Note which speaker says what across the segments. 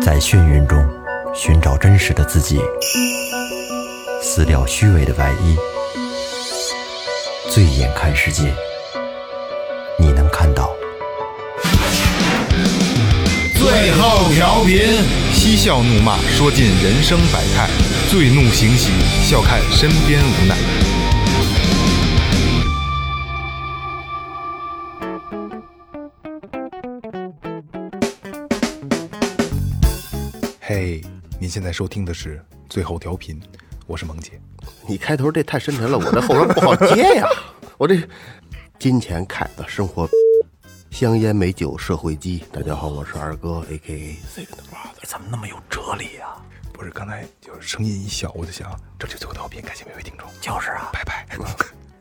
Speaker 1: 在眩晕中寻找真实的自己，撕掉虚伪的外衣，醉眼看世界，你能看到。
Speaker 2: 最后调频，
Speaker 3: 嬉笑怒骂，说尽人生百态；醉怒行喜，笑看身边无奈。嘿，您现在收听的是最后调频，我是萌姐。
Speaker 4: 你开头这太深沉了，我这后边不好接 呀。我这金钱凯子生活，香烟美酒社会鸡。大家好，我是二哥，A K A
Speaker 3: 哎
Speaker 4: Seven Brother。
Speaker 1: 怎么那么有哲理呀、
Speaker 3: 不是，刚才就是声音一小，我就想，这就最后调频，感谢每位听众，
Speaker 1: 就是啊。
Speaker 3: 拜 拜。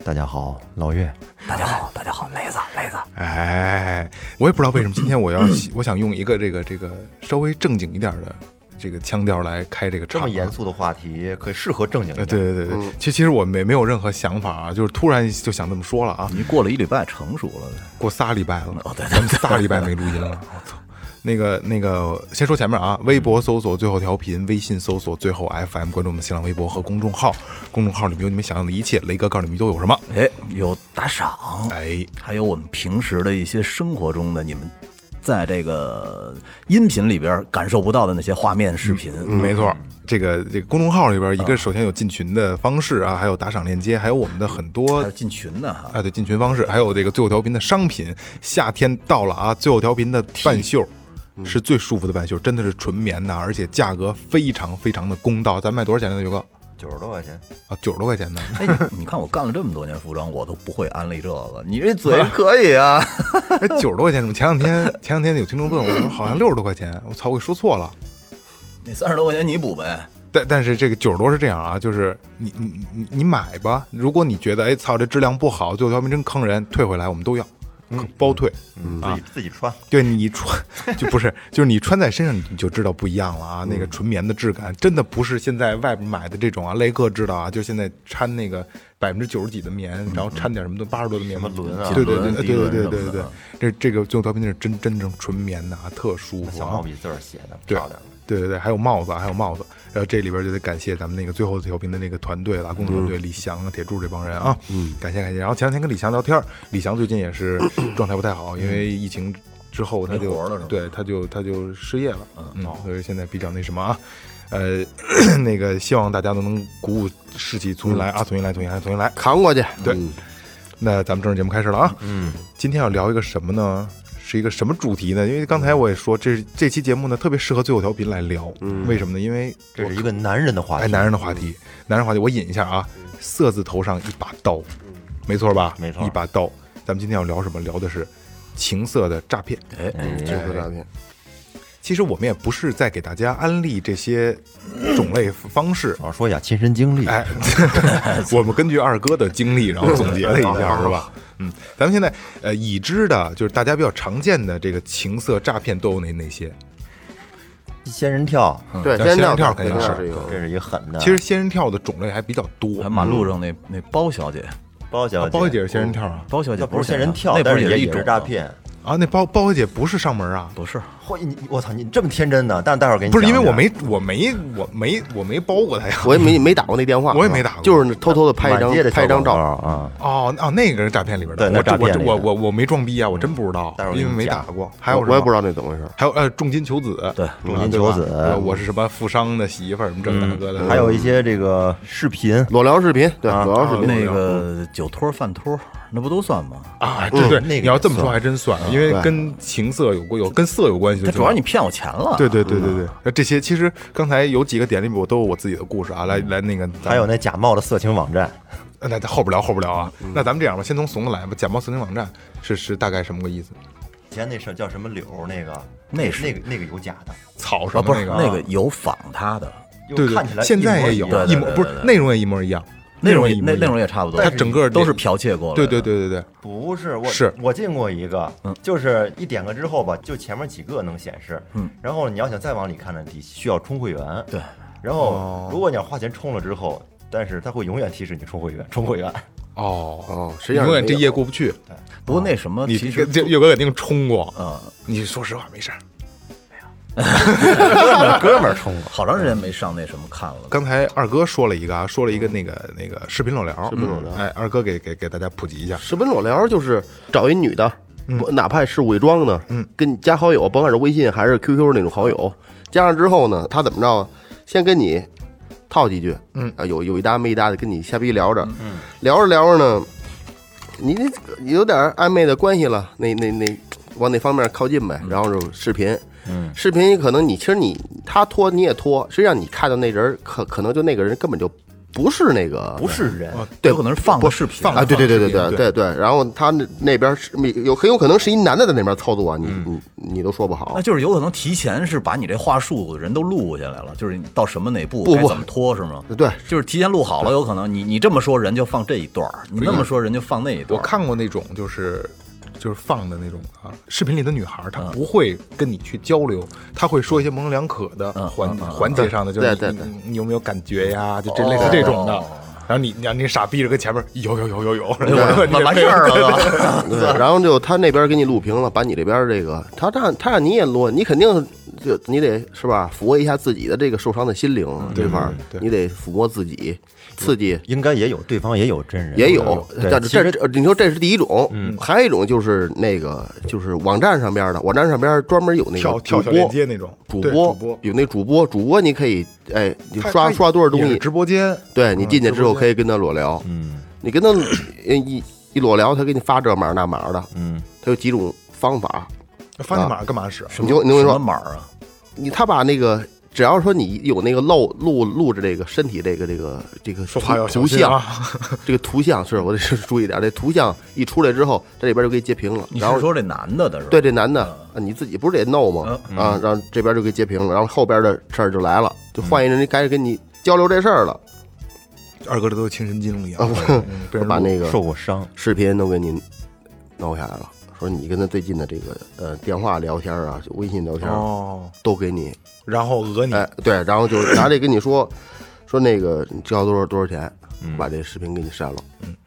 Speaker 1: 大家好，老岳。
Speaker 5: 大家好，大家好，雷子，雷子，
Speaker 3: 哎，我也不知道为什么今天我要 我想用一个这个这个稍微正经一点的这个腔调来开这个
Speaker 6: 这
Speaker 3: 场
Speaker 6: 么
Speaker 3: 啊
Speaker 6: 严。肃的嗯话题，可以适合正经
Speaker 3: 呃，
Speaker 6: 一
Speaker 3: 对
Speaker 6: 点。
Speaker 3: 对对对，其实其实我没没有任何想法啊，就是突然就想这么说了啊。
Speaker 6: 嗯
Speaker 5: 你过了一礼拜，成熟了。
Speaker 3: 过仨礼拜了，
Speaker 6: 哦
Speaker 3: 咱们仨礼拜没录音 了，我操！那个那个，先说前面
Speaker 6: 嗯
Speaker 3: 啊，微博搜索最后调频，微信搜索最后 FM，关注我们的新浪微博和公众号，公众号里面有你们想要的一切，雷哥告诉你们都有什么。
Speaker 5: 哎，有打
Speaker 6: 嗯
Speaker 5: 赏，
Speaker 3: 哎，
Speaker 5: 还有我们平时的一些生活中的你们，在这个音频里边感受不到的那些画面、视频，
Speaker 6: 嗯
Speaker 3: 没错，这个这个公众号里边，一个首先有进群的方式啊，还有打赏链接，还有我们的很多
Speaker 5: 还有
Speaker 6: 嗯
Speaker 5: 进群呢哈。
Speaker 3: 啊，对，进群方式，还有这个最后调频的商品。夏天到了啊，最后调频的半袖。
Speaker 6: 嗯
Speaker 3: 是最舒服的半袖，真的是纯棉的，而且价格非常非常的公道。咱卖多少钱呢？刘哥
Speaker 6: 九十多块钱，
Speaker 3: 啊，九十多块钱呢。
Speaker 5: 哎，你你看我干了这么多年服装，我都不会安利这个，你这嘴可以啊。
Speaker 3: 哎，九十多块钱怎么？前两天前两天有听众问我，我说好像六十多块钱，我操，我给说错了。
Speaker 5: 那三十多块钱你补呗。
Speaker 3: 但但是这个九十多是这样啊，就是你你你你买吧，如果你觉得哎操这质量不好，最后调频真坑人，退回来我们都要，可包退。
Speaker 6: 自己自己穿。
Speaker 3: 对你穿就不是，就是你穿在身上你就知道不一样了啊。那个纯棉的质感，真的不是现在外边买的这种啊。雷哥知道啊，就现在掺那个百分之九十几的棉，然后掺点什么的八十多的棉，
Speaker 6: 什么轮啊
Speaker 3: 对对对
Speaker 5: 锦纶
Speaker 3: 对
Speaker 5: 涤
Speaker 3: 对
Speaker 5: 纶
Speaker 3: 对
Speaker 5: 什么
Speaker 3: 对
Speaker 5: 的
Speaker 3: 对
Speaker 5: 啊，
Speaker 3: 这这个最后调频是真真正纯棉的啊，特舒服
Speaker 6: 小
Speaker 3: 啊
Speaker 6: 毛。笔字儿写的
Speaker 3: 对
Speaker 6: 漂亮，
Speaker 3: 对对对，还有帽子啊，还有帽子。然后这里边就得感谢咱们那个最后调频的那个团队了，工作团队李翔啊、铁柱这帮人啊，嗯，感谢感谢。然后前两天跟李翔聊天儿，李翔最近也是状态不太好，因为疫情之后他
Speaker 5: 没活
Speaker 3: 就
Speaker 5: 儿了是吧
Speaker 3: 对他就他就失业了，嗯，所以现在比较那什么啊。呃， 那个希望大家都能鼓舞士气，重新来啊！重新来，重新来，重新来！
Speaker 4: 扛过去，
Speaker 3: 对，那咱们正式节目开始了啊。嗯，今天要聊一个什么呢？是一个什么主题呢？因为刚才我也说，这这期节目呢特别适合最后调频来聊。嗯，为什么呢？因为
Speaker 6: 这是一个男人的话
Speaker 3: 哎，
Speaker 6: 题。嗯
Speaker 3: 男人的话题，男人话题，我引一下啊，色字头上一把刀，没错吧？
Speaker 6: 嗯没错
Speaker 3: 一把刀。咱们今天要聊什么？聊的是情色的诈骗。
Speaker 4: 情色诈
Speaker 3: 哎
Speaker 4: 骗，
Speaker 3: 其实我们也不是在给大家安利这些种类方式，
Speaker 6: 我要说一下亲身经历，
Speaker 3: 哎， 我们根据二哥的经历，然后总结了一下，是吧？嗯，咱们现在呃已知的，就是大家比较常见的这个情色诈骗都有哪哪些？
Speaker 6: 仙人跳，
Speaker 5: 嗯
Speaker 4: 对，
Speaker 3: 咱
Speaker 4: 仙人
Speaker 3: 仙人跳
Speaker 4: 跳
Speaker 3: 肯定
Speaker 4: 肯
Speaker 3: 是
Speaker 4: 定是有
Speaker 6: 这是一个狠的。
Speaker 3: 其实仙人跳的种类还比较多啊
Speaker 5: 还。马路上那那包小姐，
Speaker 6: 包小姐，
Speaker 3: 包姐是仙人跳啊？
Speaker 5: 包小姐
Speaker 6: 那不是仙
Speaker 5: 仙
Speaker 6: 人跳，
Speaker 5: 那不
Speaker 6: 但是
Speaker 5: 也
Speaker 6: 也
Speaker 5: 一
Speaker 6: 也
Speaker 5: 种
Speaker 6: 是诈？骗。
Speaker 3: 啊，那包包姐不是上门啊？
Speaker 5: 不是，
Speaker 6: 嚯，你我操，你这么天真呢？但是待会儿给你
Speaker 3: 不是，因为
Speaker 6: 讲
Speaker 3: 我
Speaker 6: 讲
Speaker 3: 没我没我没我没包过他呀。
Speaker 4: 我也没没打过那电话，
Speaker 3: 我也没打过
Speaker 4: 就是偷偷的拍一
Speaker 6: 满
Speaker 4: 张
Speaker 6: 街的
Speaker 4: 拍一张
Speaker 6: 小
Speaker 4: 照，
Speaker 6: 广告啊，
Speaker 3: 哦哦，那个是诈骗里边的。
Speaker 6: 对那
Speaker 3: 我这
Speaker 6: 诈骗里
Speaker 3: 我
Speaker 6: 的
Speaker 3: 我我我没装逼啊，我真不知道
Speaker 6: 待会，儿
Speaker 3: 因为
Speaker 6: 给你
Speaker 3: 没打
Speaker 6: 讲
Speaker 3: 过。还有什
Speaker 4: 我也
Speaker 3: 么
Speaker 4: 不知道那怎么回事。
Speaker 3: 还有呃，重金求子，
Speaker 5: 对
Speaker 3: 啊
Speaker 6: 重金
Speaker 3: 对吧
Speaker 6: 求子嗯
Speaker 3: 我我是什么富商的媳妇儿，什么这个大嗯哥的，
Speaker 6: 还有一些这个视频，
Speaker 4: 裸聊视频，对，
Speaker 3: 啊
Speaker 4: 裸聊视频，
Speaker 5: 那个酒托饭托，那不都算吗？
Speaker 3: 啊，对对，
Speaker 6: 那个也
Speaker 3: 你要这么说还真算，因为跟情色有关，有跟色有关系。
Speaker 5: 他主要你。骗我钱了。
Speaker 3: 对对对对对，那这些其实刚才有几个点里面我都有我自己的故事啊，来来那个，咱们
Speaker 6: 还有那假冒的色情网站，
Speaker 3: 呃那咱后边聊后边聊啊，那咱们这样吧，先从怂的来吧。假冒色情网站是是大概什么个意思？
Speaker 6: 以前那什叫什么柳那个，
Speaker 5: 那是
Speaker 6: 那个那个有假的，
Speaker 3: 草什
Speaker 5: 啊，不
Speaker 3: 么
Speaker 5: 是
Speaker 3: 个？
Speaker 5: 那个有仿他的
Speaker 6: 又
Speaker 3: 对
Speaker 6: 看起
Speaker 3: 对，
Speaker 6: 来
Speaker 3: 现在也有
Speaker 6: 一模一样
Speaker 3: 一
Speaker 5: 对
Speaker 3: 模
Speaker 5: 对对
Speaker 3: 不是内容也一模一样，
Speaker 5: 内容
Speaker 3: 也
Speaker 5: 也，
Speaker 3: 一模
Speaker 5: 那
Speaker 3: 一
Speaker 5: 内
Speaker 3: 样
Speaker 5: 容也差不多。
Speaker 3: 它整个
Speaker 5: 都是
Speaker 3: 连
Speaker 5: 剽窃过来
Speaker 3: 对对
Speaker 5: 的。
Speaker 3: 对对对，
Speaker 6: 不是我
Speaker 3: 是嗯
Speaker 6: 我进过一个，就是一点个之后吧，就前面几个能显示，嗯，然后你要想再往里看呢，得需要充会员，
Speaker 5: 对，
Speaker 6: 然
Speaker 3: 哦
Speaker 6: 后如果你要花钱充了之后，但是它会永远提示你充会员，充会员，
Speaker 3: 哦，
Speaker 4: 哦，实际上
Speaker 3: 永远这
Speaker 4: 没有
Speaker 3: 页过不去。
Speaker 5: 不过那什么，
Speaker 3: 哦你
Speaker 5: 其实
Speaker 3: 这岳哥肯定冲过，
Speaker 5: 呃，
Speaker 3: 你说实话没事儿，
Speaker 5: 哥们儿
Speaker 6: 哥们儿冲我。
Speaker 5: 好长时间没上那什么看了。
Speaker 3: 刚才二哥说了一个啊，说了一个那个那个视频裸聊，视频裸聊，哎，二哥给给给大家普及一下，
Speaker 4: 视频裸聊就是找一女的，不哪怕是伪装的，嗯，跟你加好友，甭管是微信还是 QQ 那种好友，加上之后呢，她怎么着啊？先跟你套几句，嗯啊，有有一搭没一搭的跟你瞎逼聊着，嗯，聊着聊着呢，你这你有点暧昧的关系了，那那那往那方面靠近呗，然后就视频。嗯，视频可能你其实你他拖你也拖，实际上你看到那人儿可可能就那个人根本就不是那个
Speaker 5: 不是人，
Speaker 4: 对
Speaker 5: 有可能是放的视频
Speaker 4: 啊，对对对对
Speaker 3: 放视频
Speaker 4: 对对。然后他那那边是有很有可能是一男的在那边操作啊，你
Speaker 3: 嗯
Speaker 4: 你你都说不好
Speaker 3: 啊
Speaker 5: 那。就是有可能提前是把你这话术人都录下来了，就是你到什么哪步
Speaker 4: 不
Speaker 5: 该
Speaker 4: 不
Speaker 5: 怎么拖是吗？
Speaker 4: 对，
Speaker 5: 就是提前录好了，有可能你你这么说人就放这一段儿，你那么说人就放那一段
Speaker 3: 我
Speaker 5: 儿。
Speaker 3: 看过那种就是就是放的那种啊，视频里的女孩，
Speaker 4: 嗯
Speaker 3: 她不会跟你去交流，她会说一些模棱两可的
Speaker 4: 嗯
Speaker 3: 环、环节上的，就是你
Speaker 4: 对对对哦
Speaker 3: 你你有没有感觉呀，就这类似这种的。然后你你你傻逼着跟前面有有有有有，然后我就问你
Speaker 5: 完完事儿了都。
Speaker 4: 对，然后就他那边给你录屏了，把你这边这个，他让他让你也录，你肯定就你得是吧，抚慰一下自己的这个受伤的心灵
Speaker 3: 嗯
Speaker 4: 这块儿，你得抚摸自己，刺激
Speaker 6: 应该也有，对方也有真人，
Speaker 4: 也有，
Speaker 6: 对
Speaker 4: 但
Speaker 6: 其
Speaker 4: 是
Speaker 6: 实
Speaker 4: 这这你说这是第一种，嗯，还有一种就是那个就是网站上边的，网站上边专门有那
Speaker 3: 跳
Speaker 4: 个主
Speaker 3: 跳小
Speaker 4: 播
Speaker 3: 链。接那种
Speaker 4: 主
Speaker 3: 对
Speaker 4: 播
Speaker 3: 主播，
Speaker 4: 有那主播，主播你可以哎，你
Speaker 3: 她
Speaker 4: 刷
Speaker 3: 她
Speaker 4: 刷多少东
Speaker 3: 也
Speaker 4: 西
Speaker 3: 是，直播间，
Speaker 4: 对你进去之
Speaker 3: 直播间
Speaker 4: 后可以跟他裸聊，嗯，你跟他呃一一裸聊，他给你发这码儿那码儿的，嗯，他有几种方法，
Speaker 3: 发那
Speaker 4: 啊
Speaker 3: 码干嘛使？
Speaker 5: 什
Speaker 4: 你
Speaker 5: 么
Speaker 4: 就你就
Speaker 5: 什
Speaker 4: 说
Speaker 5: 么码儿啊？
Speaker 4: 你他把那个只要说你有那个露露露着这个身体这个这个这个
Speaker 3: 说话要
Speaker 4: 图
Speaker 3: 小
Speaker 4: 图
Speaker 3: 心
Speaker 4: 像，
Speaker 3: 啊！
Speaker 4: 这个图像是我得是注意点儿，这图像一出来之后，这里边就给截屏了，
Speaker 5: 你
Speaker 4: 然
Speaker 5: 是
Speaker 4: 后。
Speaker 5: 说这男的的是吧？
Speaker 4: 对，这男的，啊你自己不是得弄吗？啊，然后这边就给截屏了，然后后边的事儿就来了，就换一人开始跟你交流这事儿了，
Speaker 3: 二哥这都有亲身经历啊
Speaker 4: 啊，我
Speaker 3: 嗯被人
Speaker 4: 把
Speaker 3: 录
Speaker 4: 那个
Speaker 6: 受过伤，
Speaker 4: 视频都给您弄下来了，说你跟他最近的这个呃电话聊天啊，就微信聊天、
Speaker 3: 哦，
Speaker 4: 都给你，
Speaker 3: 然后讹你
Speaker 4: 哎，对，然后 就拿这跟你说，说那个你交多少多少钱，
Speaker 5: 嗯
Speaker 4: 把这视频给你删了，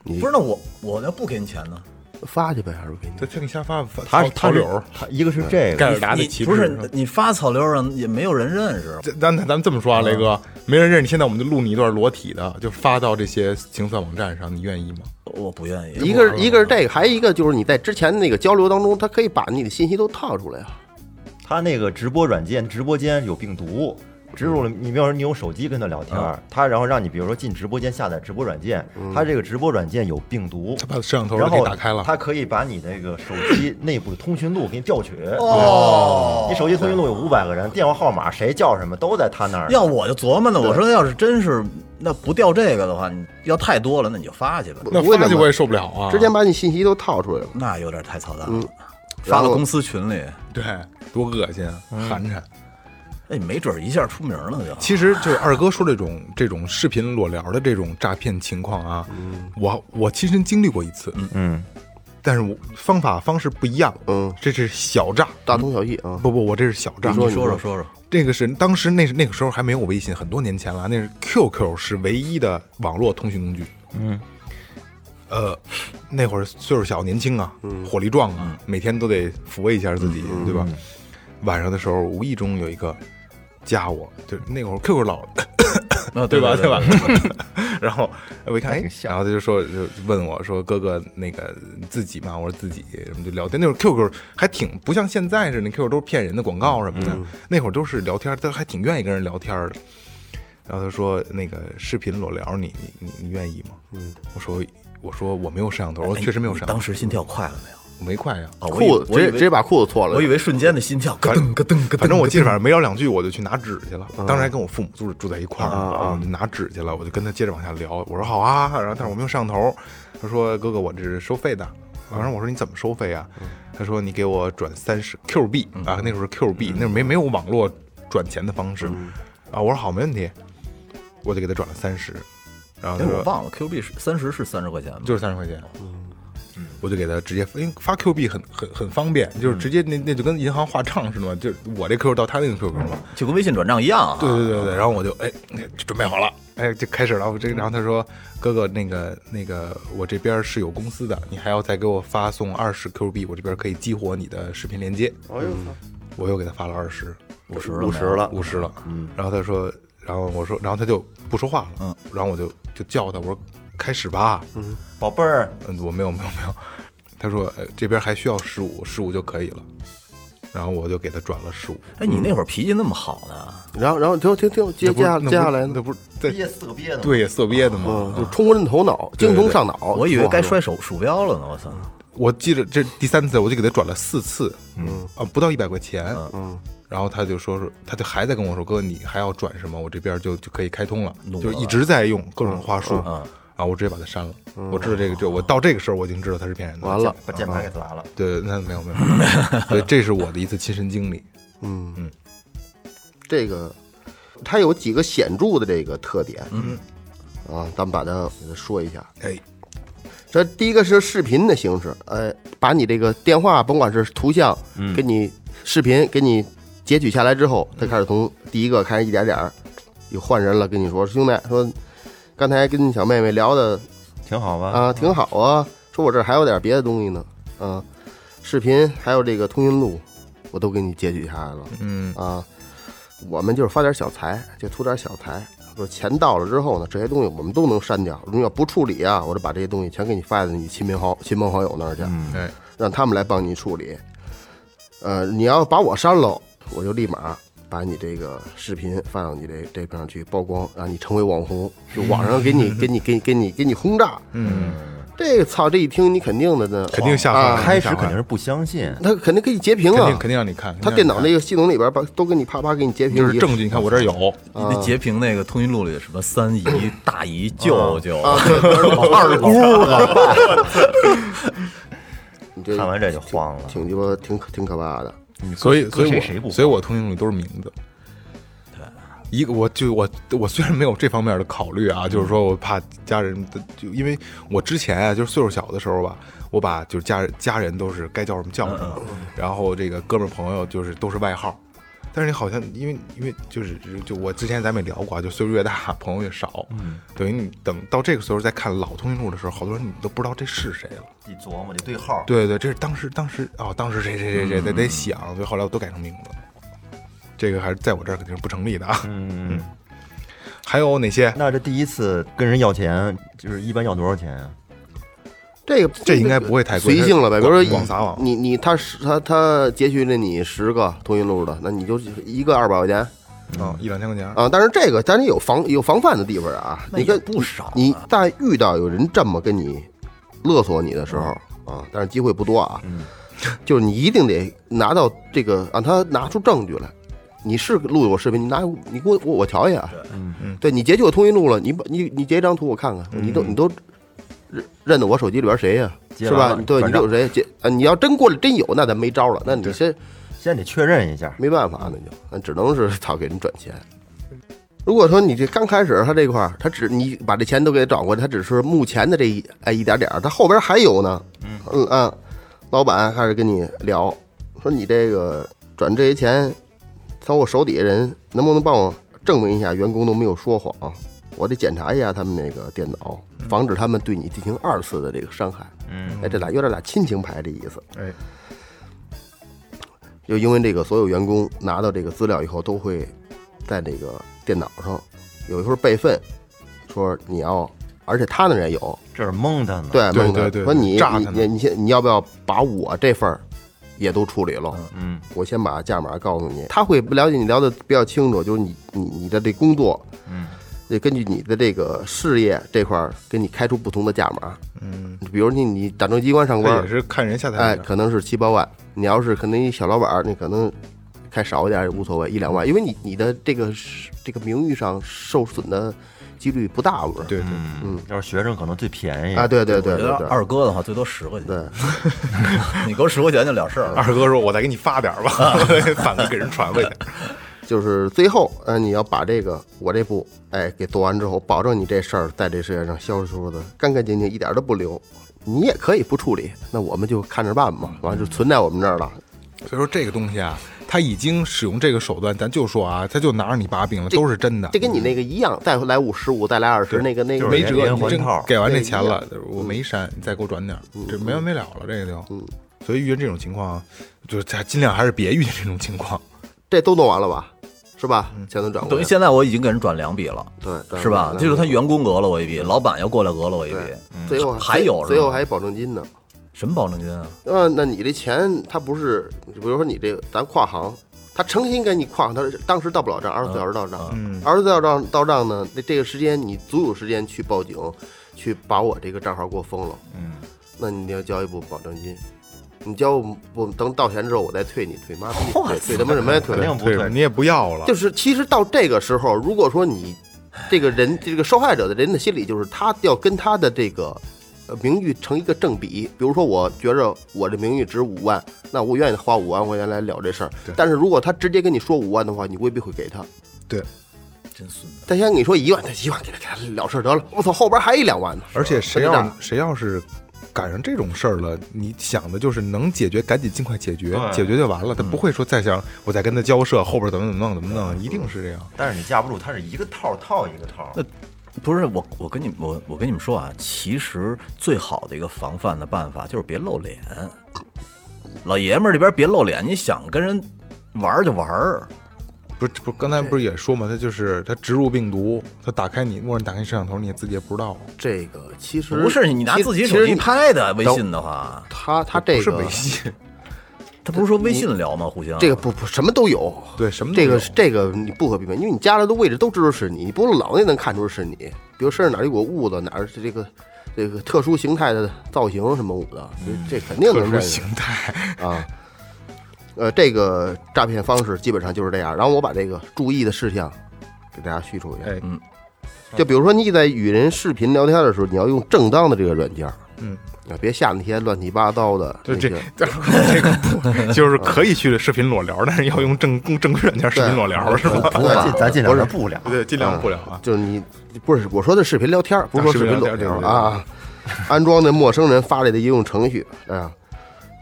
Speaker 4: 你
Speaker 5: 不是那我我要不给你钱呢？
Speaker 4: 发去呗，还是给你
Speaker 3: 他他给你瞎发，发
Speaker 6: 他是
Speaker 3: 草
Speaker 6: 他是
Speaker 3: 柳儿，
Speaker 6: 他一个是这
Speaker 3: 盖
Speaker 6: 个，
Speaker 3: 尔达的
Speaker 5: 你
Speaker 3: 旗帜
Speaker 5: 不是你发草溜上也没有人认识，
Speaker 3: 这咱咱咱们这么说啊，雷哥，没人认识你，现在我们就录你一段裸体的，就发到这些情色网站上，你愿意吗？
Speaker 5: 我不愿意。
Speaker 4: 一个是一个是这个，还有一个就是你在之前那个交流当中，他可以把你的信息都套出来啊。
Speaker 6: 他那个直播软件直播间有病毒。
Speaker 4: 嗯
Speaker 6: 植入了，你比如说你用手机跟他聊天，他然后让你比如说进直播间下载直播软件，
Speaker 4: 嗯
Speaker 6: 他这个直播软件有病毒，
Speaker 3: 他把摄像头
Speaker 6: 然
Speaker 3: 给
Speaker 6: 后
Speaker 3: 打开了，
Speaker 6: 它可以把你那个手机 内部的通讯录给你调取。
Speaker 5: 哦
Speaker 6: 你手机通讯录有五百个人，电话号码谁叫什么都在他那儿。
Speaker 5: 要我就琢磨呢，我说要是真是那不掉这个的话，你要太多了，那你就发去吧。
Speaker 3: 那
Speaker 4: 不会
Speaker 3: 发
Speaker 4: 那
Speaker 3: 去
Speaker 4: 么
Speaker 3: 我也受不了啊！
Speaker 4: 之前把你信息都套出来了，
Speaker 5: 那有点太操蛋了，
Speaker 4: 然
Speaker 5: 发
Speaker 4: 后
Speaker 5: 到公司群里，
Speaker 3: 对多恶心，寒碜。
Speaker 5: 哎，没准儿一下出名了就。
Speaker 3: 其实就是二哥说这种这种视频裸聊的这种诈骗情况啊，我我亲身经历过一次，
Speaker 6: 嗯，
Speaker 3: 但是我方法方式不一样，
Speaker 4: 嗯，
Speaker 3: 这是小诈，
Speaker 4: 大同小异啊。
Speaker 3: 不不，我这是小诈。
Speaker 5: 你说说说说，
Speaker 3: 这个是当时那是那个时候还没有微信，很多年前了，那是 QQ 是唯一的网络通讯工具。嗯，呃，那会儿岁数小，年轻啊，火力壮啊，每天都得抚慰一下自己，对吧？晚上的时候无意中有一个加我，就那会儿 QQ 老
Speaker 5: 啊
Speaker 3: 对吧？
Speaker 5: 对
Speaker 3: 吧？然后我一看，哎，然后他就说，就问我说：“哥哥，那个自己嘛？”我说：“自己。”什么就聊天。那会儿 QQ 还挺不像现在似的那，QQ 都是骗人的广告什么
Speaker 5: 嗯
Speaker 3: 的。那会儿都是聊天，他还挺愿意跟人聊天的。然后他说：“那个视频裸聊你，你你你愿意吗？”嗯，我说：“我说我没有摄像头，我确实没有摄
Speaker 5: 哎你
Speaker 3: 像
Speaker 5: 当
Speaker 3: 头，
Speaker 5: 时心跳快了没有？
Speaker 3: 我没快呀。
Speaker 5: 啊，我以
Speaker 4: 裤子直
Speaker 5: 我以
Speaker 4: 接
Speaker 5: 为
Speaker 4: 直接把裤子脱了
Speaker 5: 我以，为瞬间的心跳咯噔咯噔咯噔。
Speaker 3: 反正我记得，反
Speaker 5: 嗯
Speaker 3: 正没聊两句，我就去拿纸去了。当时还跟我父母住住在一块儿，我
Speaker 5: 嗯
Speaker 3: 就拿纸去了。我就跟他接着往下聊，我说好啊，然后但是我没有上头。他说哥哥，我这是收费的。然后我说你怎么收费啊？
Speaker 5: 嗯
Speaker 3: 他说你给我转三十 Q 币啊，那时候是 Q
Speaker 5: 嗯
Speaker 3: 币，那时候没没有网络转钱的方式啊。我说好，没问题，我就给他转了三十。然后
Speaker 5: 哎，
Speaker 3: 他
Speaker 5: 我
Speaker 3: 说
Speaker 5: 忘了嗯 Q 币是三十是三十块钱吗？
Speaker 3: 就是三十块钱。嗯我就给他直接，因为发 Q 币很很很方便，
Speaker 5: 嗯
Speaker 3: 就是直接那那就跟银行划账似的嘛，就是我这 Q 到他那个 QQ 嘛，
Speaker 5: 就跟微信转账一样啊。
Speaker 3: 对对对对，然后我就哎就准备好了，哎就开始了。我这然后他说哥哥那个那个我这边是有公司的，你还要再给我发送二十 Q 币，我这边可以激活你的视频连接。哎呦，我又给他发了二十，
Speaker 5: 五十
Speaker 4: 五十了，
Speaker 3: 五十了，嗯，然后他说，然后我说，然后他就不说话了，嗯，然后我就就叫他，我说开始吧，嗯，
Speaker 6: 宝贝儿，
Speaker 3: 我没有没有没有，他说、呃、这边还需要十五，十五就可以了，然后我就给他转了十五，
Speaker 5: 哎，你那会儿脾气那么好呢？
Speaker 4: 然后然后停停停，接
Speaker 3: 那不是
Speaker 4: 接下
Speaker 3: 那不
Speaker 4: 接
Speaker 3: 是
Speaker 4: 下来呢
Speaker 3: 那？不是在
Speaker 6: 憋死个憋的，，
Speaker 3: 对色憋的吗？
Speaker 4: 嗯，就冲昏头脑，精虫上脑。
Speaker 5: 我以为该
Speaker 4: 说完
Speaker 5: 摔手鼠标了呢，我操！
Speaker 3: 我记着这第三次，我就给他转了四次，嗯啊，不到一百块钱，嗯，然后他就说说，他就还在跟我说，哥，你还要转什么？我这边就就可以开通了，就是一直在用各种话术，
Speaker 4: 嗯
Speaker 3: 啊，我直接把他删了。我知道这个，就我到这个时候我已经知道他是骗人的，
Speaker 4: 完了，
Speaker 6: 把键盘给砸了。
Speaker 3: 对，那没有没有，没 有对，这是我的一次亲身经历。
Speaker 4: 这个，它有几个显著的这个特点，嗯，啊，咱们把它给它说一下。
Speaker 3: 哎，
Speaker 4: 这第一个是视频的形式，哎，把你这个电话，甭管是图像，给你视频，给你截取下来之后，他开始从第一个开始一点点儿，有换人了，跟你说，兄弟，说刚才跟小妹妹聊的
Speaker 6: 挺好吧？
Speaker 4: 啊，挺好啊。说我这儿还有点别的东西呢，啊，视频还有这个通讯录，我都给你截取下来了。嗯啊，我们就是发点小财，就图点小财。说钱到了之后呢，这些东西我们都能删掉。如果要不处理啊，我就把这些东西全给你发到你亲朋好亲朋好友那儿去，
Speaker 3: 哎，
Speaker 4: 让他们来帮你处理。呃，你要把我删了，我就立马把你这个视频发到你这这边上去曝光，让你成为网红，就网上给你
Speaker 3: 嗯
Speaker 4: 给你给你给你给你轰炸。嗯，这个操，这一听你肯定的呢，
Speaker 3: 肯定吓坏了
Speaker 4: 啊，
Speaker 6: 开始肯定是不相信，
Speaker 4: 他肯定给你截屏
Speaker 3: 肯
Speaker 4: 啊，
Speaker 3: 定肯定让你看，
Speaker 4: 他
Speaker 3: 肯定
Speaker 4: 电
Speaker 3: 让
Speaker 4: 脑那个嗯系统里边把都给你啪啪给你截
Speaker 3: 你看
Speaker 4: 屏，
Speaker 3: 就是
Speaker 4: 你
Speaker 3: 证据，你看我这儿有，
Speaker 5: 你
Speaker 4: 啊
Speaker 5: 那截屏那个通讯录里什么三姨、大
Speaker 4: 啊
Speaker 5: 姨、舅舅、
Speaker 4: 二姑啊， 你这
Speaker 6: 看完这就慌了。
Speaker 4: 挺鸡巴挺可挺可怕的。
Speaker 3: 所以所以我
Speaker 6: 谁谁不啊
Speaker 3: 所以我通讯录里都是名字。一个我就我我虽然没有这方面的考虑啊，就是说我怕家人的，就因为我之前啊，就是岁数小的时候吧，我把就是家人家人都是该叫什么叫什么，
Speaker 6: 嗯
Speaker 3: 然后这个哥们儿朋友就是都是外号。但是你好像因为因为就是就我之前咱们也聊过啊，就岁数越大朋友越少，
Speaker 6: 嗯
Speaker 3: 等于你等到这个时候再看老通讯录的时候，好多人你都不知道这是谁了。
Speaker 6: 一琢磨得对号，
Speaker 3: 对对，这是当时当时哦，当时谁谁谁
Speaker 4: 嗯
Speaker 3: 谁得得想，所以后来我都改成名字。这个还是在我这儿肯定是不成立的啊。
Speaker 6: 嗯，
Speaker 3: 还有哪些？
Speaker 6: 那这第一次跟人要钱，就是一般要多少钱啊？
Speaker 4: 这个
Speaker 3: 这应该不会太贵
Speaker 4: 随性了呗，比如说
Speaker 3: 广广撒网
Speaker 4: 你你他十他他截取了你十个通讯录的，那你就一个二百块钱
Speaker 3: 啊，一两千块钱。
Speaker 4: 啊。但是这个咱也有防有防范的地方啊，
Speaker 5: 那
Speaker 4: 你
Speaker 5: 也
Speaker 4: 跟
Speaker 5: 不少啊
Speaker 4: 你但遇到有人这么跟你勒索你的时候啊，但是机会不多啊，
Speaker 3: 嗯
Speaker 4: 就是你一定得拿到这个，让他拿出证据来。你是录我视频，你拿你给我我我瞧一眼，
Speaker 3: 嗯
Speaker 4: 对你截取我通讯录了，你把你你截一张图我看看，你都你都认认得我手机里边谁呀、
Speaker 6: 截
Speaker 4: 是
Speaker 6: 完
Speaker 4: 吧
Speaker 6: 了？
Speaker 4: 对，
Speaker 6: 转
Speaker 4: 你都有谁截啊？你要真过来真有，那咱没招了，那你先
Speaker 6: 先得确认一下。
Speaker 4: 没办法，那就那只能是 操给人转钱。如果说你这刚开始他这块儿，他只你把这钱都给转过来，他只是目前的这一哎一点点儿，他后边还有呢。嗯啊，老板开始跟你聊，说你这个转这些钱，从我手底下人能不能帮我证明一下员工都没有说谎？我得检查一下他们那个电脑，防止他们对你进行二次的这个伤害。
Speaker 6: 嗯，
Speaker 4: 哎，这俩有点俩亲情牌这意思。
Speaker 3: 哎，
Speaker 4: 就因为这个，所有员工拿到这个资料以后，都会在这个电脑上有一份备份，说你要，而且他那儿也有，
Speaker 6: 这是蒙他呢。，
Speaker 4: 对
Speaker 3: 对
Speaker 4: 孟德
Speaker 3: 对对
Speaker 4: 说你
Speaker 3: 炸
Speaker 4: 你
Speaker 3: 他
Speaker 4: 你你先你要不要把我这份儿也都处理了？
Speaker 6: 嗯，
Speaker 4: 我先把价码告诉你，他会了解你聊的比较清楚，就是你你你的这工作，
Speaker 6: 嗯，
Speaker 4: 得根据你的这个事业这块儿给你开出不同的价码，嗯，比如你你党政机关上
Speaker 3: 他也
Speaker 4: 班，
Speaker 3: 是看人下台
Speaker 4: 哎，
Speaker 3: 的
Speaker 4: 可能是七八万。你要是可能一小老板儿，你可能开少一点也无所谓，一两万，因为你你的这个是这个名誉上受损的几率不大，不是？
Speaker 3: 对对，
Speaker 6: 嗯，要是学生可能最便宜
Speaker 4: 啊，，对对对
Speaker 5: 我觉得
Speaker 4: 对对。
Speaker 5: 二哥的话最多十块钱，
Speaker 4: 对，
Speaker 5: 你给我十块钱就了事儿了。
Speaker 3: 二哥说：“我再给你发点儿吧，
Speaker 4: 啊
Speaker 3: 反正给人传回去。
Speaker 4: 就是最后，呃，你要把这个我这步，哎，给做完之后，保证你这事儿在这世界上消失的干干净净，一点儿都不留。你也可以不处理，那我们就看着办吧，完了就存在我们这儿了。”
Speaker 3: 所以说这个东西啊，他已经使用这个手段，咱就说啊，他就拿着你把柄了，都是真的
Speaker 4: 这。跟你那个一样，再来五十五，再来二十，那个那个
Speaker 3: 没
Speaker 6: 就是
Speaker 3: 辙，
Speaker 6: 连
Speaker 3: 你
Speaker 6: 环
Speaker 3: 真
Speaker 6: 套
Speaker 3: 给完这
Speaker 4: 对嗯
Speaker 3: 钱了，我没删，你再给我转点儿，这没完没了了，这个就。所以遇见这种情况，就是咱尽量还是别遇见这种情 况。
Speaker 4: 这都弄完了吧？是吧？钱都转过
Speaker 5: 等于
Speaker 4: 来，
Speaker 5: 现在我已经给人转两笔了，
Speaker 4: 对，转
Speaker 5: 是吧
Speaker 4: 过？来
Speaker 5: 就是他
Speaker 4: 了
Speaker 5: 员工讹了我一笔，老板又过来讹了我一笔，
Speaker 4: 对，最后
Speaker 5: 还有
Speaker 4: 嗯
Speaker 5: 是吧
Speaker 4: 最后还有保证金呢。
Speaker 5: 什么保证金啊？
Speaker 4: 呃，那你这钱他不是，比如说你这咱跨行，他诚心给你跨行，他是当时到不了账，二十四小时到账，
Speaker 6: 嗯
Speaker 4: 二十四小时到到账呢，那这个时间你足有时间去报警，去把我这个账号给我封了，嗯，那你要交一部保证金。你交不不等到钱之后，我再退你，退妈逼，退退他妈什么呀？退
Speaker 6: 肯定不
Speaker 3: 对
Speaker 6: 退
Speaker 3: 你也不要了，
Speaker 4: 就是其实到这个时候，如果说你这个人这个受害者的人的心理就是他要跟他的这个呃名誉成一个正比，比如说我觉着我这名誉值五万，那我愿意花五万块钱来了这事儿
Speaker 3: 对。
Speaker 4: 但是如果他直接跟你说五万的话，你未必会给他。
Speaker 3: 对，
Speaker 5: 真孙子！
Speaker 4: 他先跟你说一万，他一万给他给他了事儿得了。我操，后边还一两万呢。
Speaker 3: 而且谁
Speaker 4: 真的
Speaker 3: 要谁要是赶上这种事儿了，你想的就是能解决赶紧尽快解决，
Speaker 6: 对嗯
Speaker 3: 解决就完了，他不会说再想我再跟他交涉，后边怎么怎么弄怎么
Speaker 4: 嗯
Speaker 3: 弄，一定是这样。
Speaker 6: 但是你架不住它是一个套儿套一个套儿。
Speaker 5: 那不是我，我跟你我我跟你们说啊，其实最好的一个防范的办法就是别露脸。老爷们儿这边别露脸，你想跟人玩儿就玩儿，
Speaker 3: 不是不是，刚才不是也说嘛，他就是他植入病毒，他打开你，默认打开摄像头，你也自己也不知道。
Speaker 4: 这个其实
Speaker 5: 不是你拿
Speaker 4: 其
Speaker 5: 自己
Speaker 4: 其
Speaker 5: 手
Speaker 4: 实
Speaker 5: 机
Speaker 4: 你
Speaker 5: 拍的微信的话，
Speaker 4: 他他这个
Speaker 3: 不是啊微信，
Speaker 5: 他不是说微信聊吗？互相
Speaker 4: 这个不不什么都有，
Speaker 3: 对什么都
Speaker 4: 这
Speaker 3: 有
Speaker 4: 个这个你不可避免，因为你家里的位置都知道是你，你不用老也能看出是你。比如身上哪儿有股痦子，哪儿是这个这个特殊形态的造型什么痦子，这这肯定
Speaker 3: 特
Speaker 4: 能
Speaker 3: 殊
Speaker 4: 认
Speaker 3: 形
Speaker 4: 识
Speaker 3: 态。
Speaker 4: 啊。呃，这个诈骗方式基本上就是这样。然后我把这个注意的事项给大家叙述一下。
Speaker 3: 哎，
Speaker 4: 就比如说你在与人视频聊天的时候，你要用正当的这个软件，
Speaker 3: 嗯，
Speaker 4: 啊，别下那些乱七八糟的
Speaker 3: 就
Speaker 4: 那
Speaker 3: 这
Speaker 4: 些。
Speaker 3: 这个不就是可以去视频裸聊，但是要用正正规软件视频裸聊是吧？
Speaker 6: 咱尽咱尽量不聊，
Speaker 3: 对，尽量不聊啊。
Speaker 4: 就是你不是我说的视频聊天儿，不是说
Speaker 3: 啊视
Speaker 4: 视
Speaker 3: 频
Speaker 4: 频
Speaker 3: 聊
Speaker 4: 裸
Speaker 3: 天
Speaker 4: 聊
Speaker 3: 对对对
Speaker 4: 啊。安装的陌生人发来的应用程序啊，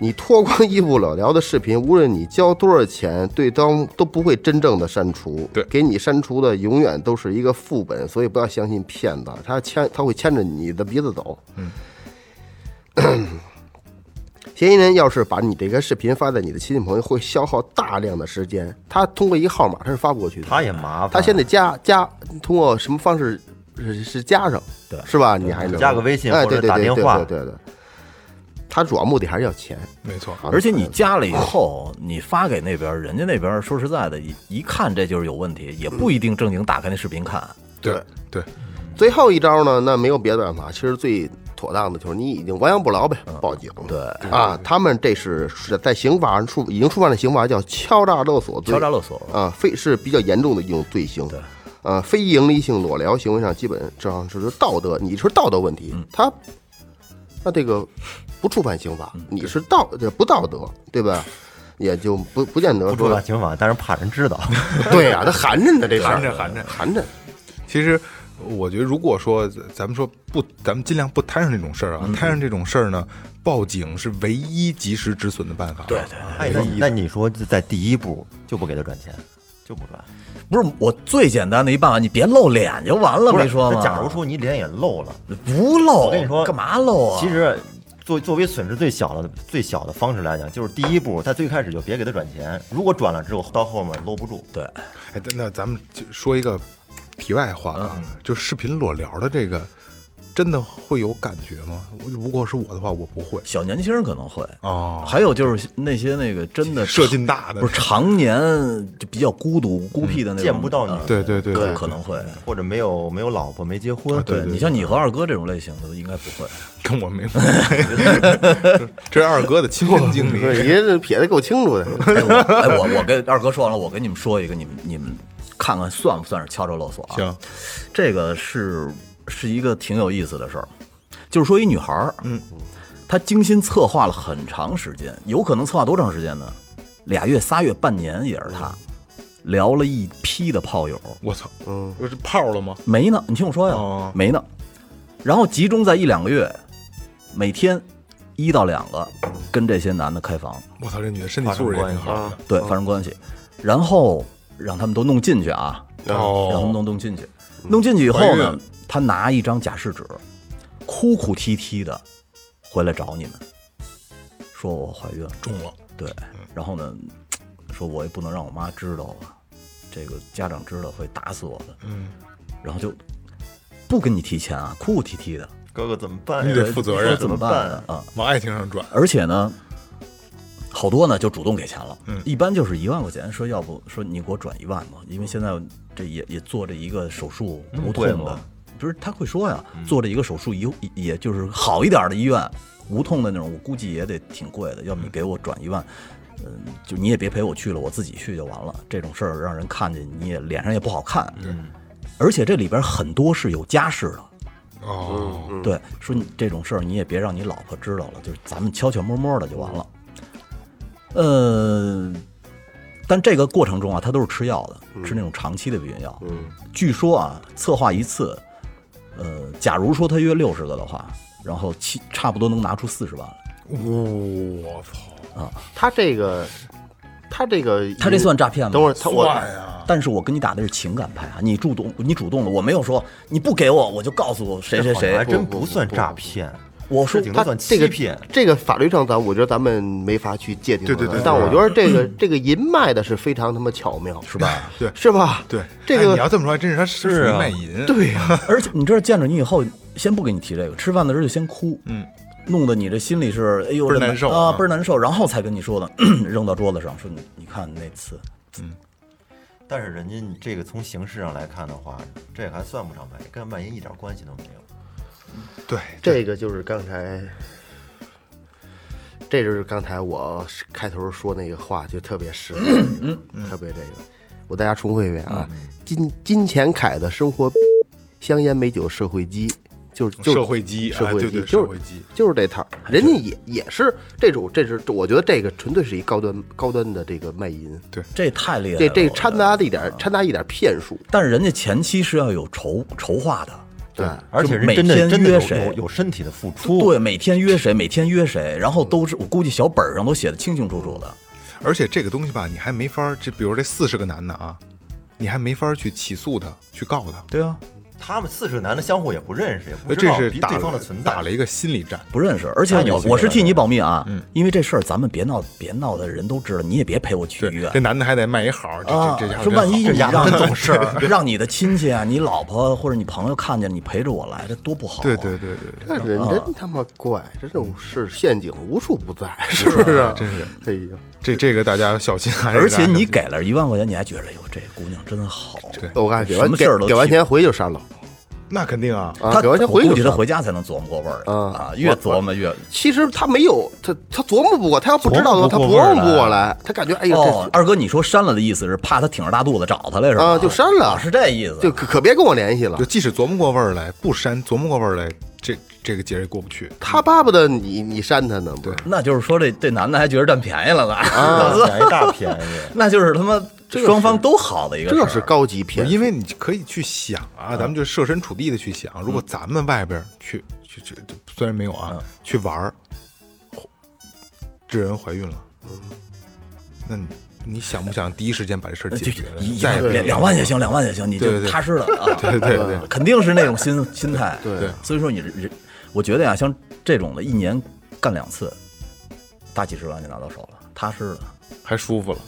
Speaker 4: 你脱光衣服裸聊的视频，无论你交多少钱，对方都不会真正的删除。
Speaker 3: 对
Speaker 4: 给你删除的永远都是一个副本，所以不要相信骗子，他牵他会牵着你的鼻子走。嗯。 嫌疑人要是把你这个视频发在你的亲戚朋友，会消耗大量的时间。他通过一个号码，他是发不过去的。
Speaker 6: 他也麻烦。
Speaker 4: 他先得加加，通过什么方式是是加上，
Speaker 5: 对
Speaker 4: 是吧？你还能
Speaker 6: 加个微信
Speaker 4: 哎，
Speaker 6: 或者
Speaker 4: 对对
Speaker 6: 打
Speaker 4: 对
Speaker 6: 电
Speaker 4: 对
Speaker 6: 话
Speaker 4: 对对对。他主要目的还是要钱，啊呃
Speaker 3: 没错，
Speaker 5: 而且你加
Speaker 6: 嗯
Speaker 5: 了以后，你发给那边，人家那边说实在的，一一看这就是有问题，也不一定正经打开那视频看。
Speaker 3: 对对，
Speaker 4: 最后一招呢，那没有别的办法，其实最妥当的就是你已经亡羊补牢呗，报警。
Speaker 6: 嗯
Speaker 5: 对，
Speaker 4: 啊，他们这是是在刑法上触已经触犯了刑罚，叫敲诈勒索罪。
Speaker 5: 敲诈勒索，
Speaker 4: 啊，非是比较严重的一种罪行。
Speaker 5: 对，
Speaker 4: 啊，非盈利性裸聊行为上，基本上就是道德，你是道德问题，
Speaker 3: 嗯
Speaker 4: 他那这个不触犯刑法，
Speaker 3: 嗯
Speaker 4: 你是道这不道德，对吧？也就不不见得
Speaker 6: 不说
Speaker 4: 说
Speaker 6: 大，刑法，但是怕人知道。
Speaker 4: 对呀、啊，他含着呢，这事儿
Speaker 3: 含着含着嗯
Speaker 4: 含着。
Speaker 3: 其实我觉得，如果说咱咱们说不，咱们尽量不摊上这种事儿啊，摊上这种事儿呢，报警是唯一及时止损的办法。对啊对，
Speaker 6: 哎，那那你说在第一步就不给他转钱，就不转。
Speaker 5: 不是我最简单的一办法，你别露脸就完了，
Speaker 6: 不
Speaker 5: 没
Speaker 6: 是，
Speaker 5: 说吗？
Speaker 6: 那假如说你脸也露了，
Speaker 5: 不露，
Speaker 6: 我跟你说
Speaker 5: 干嘛露啊？
Speaker 6: 其实作作为损失最小的最小的方式来讲，就是第一步，在最开始就别给他转钱。如果转了之后，到后面搂不住。
Speaker 5: 对，
Speaker 3: 哎，那咱们就说一个题外话啊，就视频裸聊的这个，真的会有感觉吗？我如果是我的话，我不会
Speaker 5: 小年轻人可能会。
Speaker 3: 哦，
Speaker 5: 还有就是那些那个真的
Speaker 3: 射进大的
Speaker 5: 不是常年就比较孤独孤僻的那种，
Speaker 6: 见不到你
Speaker 5: 呃
Speaker 3: 对对对
Speaker 5: 可
Speaker 3: 对
Speaker 5: 可能会。
Speaker 6: 或者没有没有老婆没结婚，
Speaker 3: 啊对
Speaker 5: 啊你像你和二哥这种类型的应该不会。
Speaker 3: 跟我没关系。这是二哥的亲身经
Speaker 4: 对，
Speaker 3: 历，
Speaker 4: 你这撇的够 清楚的，
Speaker 5: 哎，我哎我我跟二哥说完了，我跟你们说一个，你们你们看看算不算是敲诈勒索啊？
Speaker 3: 行，
Speaker 5: 这个是是一个挺有意思的事儿，就是说一女孩儿，嗯，她精心策划了很长时间，有可能策划多长时间呢？俩月、仨月、半年也是她，聊了一批的炮友，
Speaker 3: 我操，嗯，我是泡了吗？
Speaker 5: 没呢，你听我说呀，
Speaker 3: 哦
Speaker 5: 没呢，然后集中在一两个月，每天一到两个跟这些男的开房，
Speaker 3: 我操，这女的身体素质也挺好
Speaker 4: 啊
Speaker 3: 的，
Speaker 5: 对，发生关系，然后让他们都弄进去啊，
Speaker 3: 哦
Speaker 5: 让他们都弄进去，弄进去以后
Speaker 3: 怀
Speaker 5: 呢
Speaker 3: 孕，
Speaker 5: 他拿一张假试纸，哭哭啼啼的回来找你们，说我怀孕了，
Speaker 3: 中了，嗯
Speaker 5: 对，然后呢，说我也不能让我妈知道啊，这个家长知道会打死我的，嗯，然后就不跟你提钱啊，哭哭啼啼的，哎
Speaker 6: 哥哥怎么办呀？
Speaker 3: 你得负责任
Speaker 5: 说怎么办啊？啊
Speaker 3: 往爱情上转，
Speaker 5: 而且呢，好多呢就主动给钱了，嗯，一般就是一万块钱，说要不说你给我转一万吧，因为现在这也也做这一个手术
Speaker 6: 那么
Speaker 5: 无
Speaker 6: 贵
Speaker 5: 痛的
Speaker 6: 吗，
Speaker 5: 不是他会说呀，做这一个手术以后也就是好一点的医院无痛的那种，我估计也得挺贵的，要不你给我转一万。嗯，就你也别陪我去了，我自己去就完了。这种事儿让人看见你也脸上也不好看，嗯，而且这里边很多是有家室的，
Speaker 3: 哦，
Speaker 4: 嗯
Speaker 5: 对，说你这种事儿你也别让你老婆知道了，就是咱们悄悄摸摸的就完了。呃，但这个过程中啊，他都是吃药
Speaker 4: 嗯
Speaker 5: 的，吃那种长期的避孕药。嗯，据说啊，策划一次，呃，假如说他约六十个的话，然后七差不多能拿出四十万来。
Speaker 3: 我操，
Speaker 4: 他这个，他这个，
Speaker 5: 他这算诈骗吗？
Speaker 4: 等会儿他我
Speaker 3: 算呀，
Speaker 5: 但是我跟你打的是情感牌啊，你主动，你主动了，我没有说你不给我，我就告诉谁谁
Speaker 6: 哎这好像还
Speaker 5: 谁。
Speaker 6: 真不算诈骗，
Speaker 5: 我说
Speaker 6: 这顶多
Speaker 4: 他
Speaker 6: 算
Speaker 4: 这
Speaker 6: 欺
Speaker 4: 个
Speaker 6: 骗。
Speaker 4: 这个法律上咱我觉得咱们没法去界定它，
Speaker 3: 对对对
Speaker 4: 但
Speaker 3: 对
Speaker 4: 我觉得这个这个银卖的是非常他妈巧妙，是吧？
Speaker 3: 对
Speaker 4: 是吧？
Speaker 3: 对，
Speaker 4: 这
Speaker 3: 哎
Speaker 4: 个
Speaker 3: 你要这么说，还真是他是属于
Speaker 6: 啊
Speaker 3: 卖淫，
Speaker 4: 对呀，
Speaker 5: 而且你知道见着你以后，先不给你提这个，吃饭的时候就先哭，嗯，弄得你这心里是哎呦
Speaker 3: 倍儿
Speaker 5: 这
Speaker 3: 难受
Speaker 5: 啊，
Speaker 3: 啊
Speaker 5: 倍儿难受，然后才跟你说的， 扔到桌子上说你你看那次，
Speaker 6: 但是人家你这个从形式上来看的话，这还算不上卖淫，跟卖淫一点关系都没有。
Speaker 3: 对，
Speaker 4: 这个就是刚才，这就是刚才我开头说那个话，就特别实在，
Speaker 3: 嗯
Speaker 4: 特别这个。我大家重复一遍啊，金金钱凯的生活，香烟美酒社会鸡，就是就是
Speaker 3: 社会鸡
Speaker 4: 社
Speaker 3: 哎
Speaker 4: 会
Speaker 3: 对
Speaker 4: 鸡
Speaker 3: 对
Speaker 4: 就
Speaker 3: 社会
Speaker 4: 是
Speaker 3: 鸡
Speaker 4: 就是这套儿，人家也也是这种，这是我觉得这个纯粹是一高端高端的这个卖淫，
Speaker 5: 这太厉害了，
Speaker 4: 这这
Speaker 5: 我
Speaker 4: 掺杂了一点儿掺杂一点儿骗术，
Speaker 5: 但是人家前期是要有筹筹划的，
Speaker 4: 对，
Speaker 6: 而且
Speaker 5: 就
Speaker 6: 人
Speaker 5: 每
Speaker 6: 真的
Speaker 5: 天
Speaker 6: 真的
Speaker 5: 约
Speaker 6: 有
Speaker 5: 谁
Speaker 6: 有有身体的付出，
Speaker 5: 对，每天约谁，每天约谁，然后都是我估计小本儿上都写的清清楚楚的，
Speaker 3: 而且这个东西吧，你还没法儿，这比如这四十个男的啊，你还没法儿去起诉他，去告他，
Speaker 5: 对啊，
Speaker 6: 他们四十个男的相互也不认识，也不
Speaker 3: 那
Speaker 6: 知
Speaker 3: 哎这
Speaker 6: 道
Speaker 3: 是
Speaker 6: 彼
Speaker 3: 打
Speaker 6: 对
Speaker 3: 了
Speaker 6: 方的存在。
Speaker 3: 打了一个心理战。
Speaker 5: 不认识，而且
Speaker 6: 太有
Speaker 5: 我
Speaker 6: 趣了
Speaker 5: 我是替你保密啊，因为这事儿咱们别闹别闹的人都知道，你也别陪我去
Speaker 3: 对
Speaker 5: 医院，，
Speaker 3: 这男的还得卖一好，这
Speaker 5: 啊，
Speaker 3: 这这家伙
Speaker 5: 说
Speaker 3: 真
Speaker 5: 万一
Speaker 3: 好
Speaker 5: 你
Speaker 6: 丫
Speaker 5: 让
Speaker 6: 头真懂事儿
Speaker 5: 让你的亲戚啊、你老婆或者你朋友看见你陪着我来，这多不好、啊。
Speaker 3: 对对对对对，
Speaker 4: 但人真他妈怪，这种事陷阱无处不在，是不是？
Speaker 3: 真是
Speaker 4: 哎呀，
Speaker 3: 这这个大家要小心啊！
Speaker 5: 而且
Speaker 3: 这个
Speaker 5: 你给了一万块钱，你还觉得哟，这姑娘真好。
Speaker 3: 对
Speaker 4: 我告诉你，给
Speaker 5: 什
Speaker 4: 完
Speaker 5: 么
Speaker 4: 给
Speaker 5: 事儿都
Speaker 4: 给完
Speaker 5: 提
Speaker 4: 钱回去就删了
Speaker 3: 那肯定啊，
Speaker 4: 啊，给完钱
Speaker 5: 我
Speaker 4: 回去
Speaker 5: 估
Speaker 4: 就
Speaker 5: 计
Speaker 4: 删
Speaker 5: 他
Speaker 4: 了。
Speaker 5: 回家才能琢磨过味儿
Speaker 4: 啊
Speaker 5: 啊，越琢磨越
Speaker 4: 其实他没有，他他琢磨不过，他要不知道的话，他
Speaker 6: 琢
Speaker 4: 琢
Speaker 6: 磨不过味儿
Speaker 4: 磨不过来，他感觉哎呦，
Speaker 5: 哦。
Speaker 4: 这
Speaker 5: 二哥，你说删了的意思是怕他挺着大肚子找他来是吧？
Speaker 4: 啊就删了
Speaker 5: 啊是这意思。
Speaker 4: 就可可别跟我联系了
Speaker 3: 就。即使琢磨过味儿来，不删琢磨过味儿来，这这个节也过不去。
Speaker 4: 他巴不得你你删他呢，不是？
Speaker 5: 那就是说这这男的还觉得占便宜了呢，
Speaker 4: 啊
Speaker 3: 啊
Speaker 6: 便宜啊大便宜，
Speaker 5: 那就是他妈双方都好的一个事儿。
Speaker 4: 这是高级
Speaker 3: 不
Speaker 4: 骗
Speaker 3: 是
Speaker 4: 术，
Speaker 3: 因为你可以去想啊，咱们就设身处地的去想，如果咱们外边儿去去去，去虽然没有啊，去玩儿，这人怀孕了，那你你想不想第一时间把这事儿解
Speaker 5: 呃就
Speaker 3: 决了？
Speaker 5: 一
Speaker 3: 再也
Speaker 5: 两
Speaker 3: 不
Speaker 5: 两两万也行，两万也行，你
Speaker 3: 对
Speaker 5: 就
Speaker 3: 对
Speaker 5: 踏实了啊。
Speaker 3: 对对对，
Speaker 5: 肯定是那种心心态。
Speaker 4: 对对，
Speaker 5: 所以说你人，我觉得呀，像这种的，一年干两次，大几十万就拿到手了，踏实了。
Speaker 3: 还舒服了。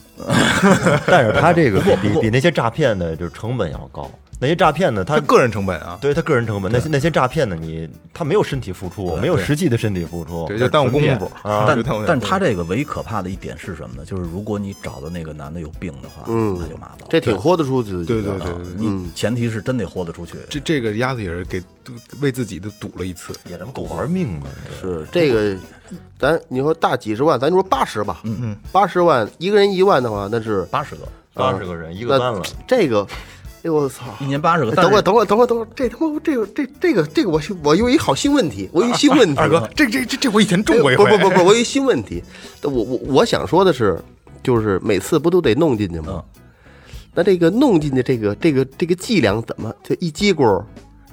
Speaker 6: 但是他这个比
Speaker 5: 不
Speaker 6: 比
Speaker 5: 过
Speaker 6: 比那些诈骗的就是成本要高，那些诈骗的他
Speaker 3: 他个人成本啊，
Speaker 6: 对他个人成本，那些那些诈骗的你他没有身体付出，没有实际的身体付出，
Speaker 3: 对，就耽误功夫啊，
Speaker 5: 但
Speaker 3: 就耽误
Speaker 5: 但他这个唯一可怕的一点是什么呢？就是如果你找的那个男的有病的话，那就麻烦了。
Speaker 4: 这挺豁得出去的。
Speaker 3: 对对对
Speaker 5: 啊，你前提是真得豁得出去。
Speaker 3: 这这个鸭子也是给为自己的赌了一次，
Speaker 6: 也他妈够玩命的。
Speaker 4: 是这个，咱你说大几十万，咱就说八十吧，嗯嗯，八十万一个人一万的话，那是
Speaker 5: 八十个，
Speaker 6: 八十个人一
Speaker 4: 那
Speaker 6: 个班了，
Speaker 4: 这个，哎呦我操！
Speaker 5: 一年八十个。
Speaker 4: 哎等
Speaker 5: 但
Speaker 4: 会儿，啊
Speaker 5: 是
Speaker 4: 等会儿，等会儿，等会儿，这他妈这个这这个这个我是我有一好新问题，我有一新 问题， 啊
Speaker 3: 二哥，这这这这我以前中过一
Speaker 4: 不
Speaker 3: 回，
Speaker 4: 不不不，我有一新问题，我我我想说的是，就是每次不都得弄进去吗？那这个弄进去这个这个这个剂量怎么这一击咕，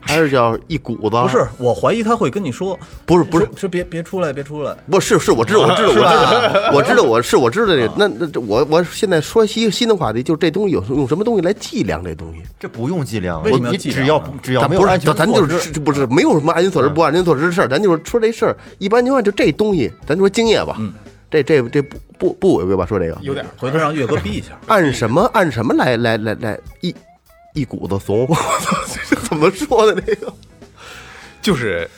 Speaker 4: 还是叫一股子？
Speaker 5: 不是，我怀疑他会跟你说，
Speaker 4: 不是不是
Speaker 5: 说说别别出来，别出来。
Speaker 4: 不是是我知道我知道我知道我知道我是我知道这那那这我我现在说新新的话题，就是这东西有用什么东西来计量这东西？
Speaker 6: 这不用计量，
Speaker 5: 为什么要
Speaker 6: 你
Speaker 5: 计
Speaker 6: 只
Speaker 5: 量
Speaker 6: 要
Speaker 5: 呢
Speaker 6: 不只要
Speaker 4: 咱
Speaker 6: 没有
Speaker 4: 不
Speaker 6: 安
Speaker 4: 是，
Speaker 6: 全
Speaker 4: 咱咱就
Speaker 6: 措
Speaker 4: 是
Speaker 6: 施，
Speaker 4: 这不是没有什么安全措施不安全措施的事儿，咱就说说这事儿。一般情况下就这东西，咱就说精液吧，这这这不不不违规吧？说这个
Speaker 3: 有点儿
Speaker 5: 回头让岳哥逼一下。
Speaker 4: 按什么按什么来来来来一一股子怂， 我操，这怎么说的这个？
Speaker 3: 就是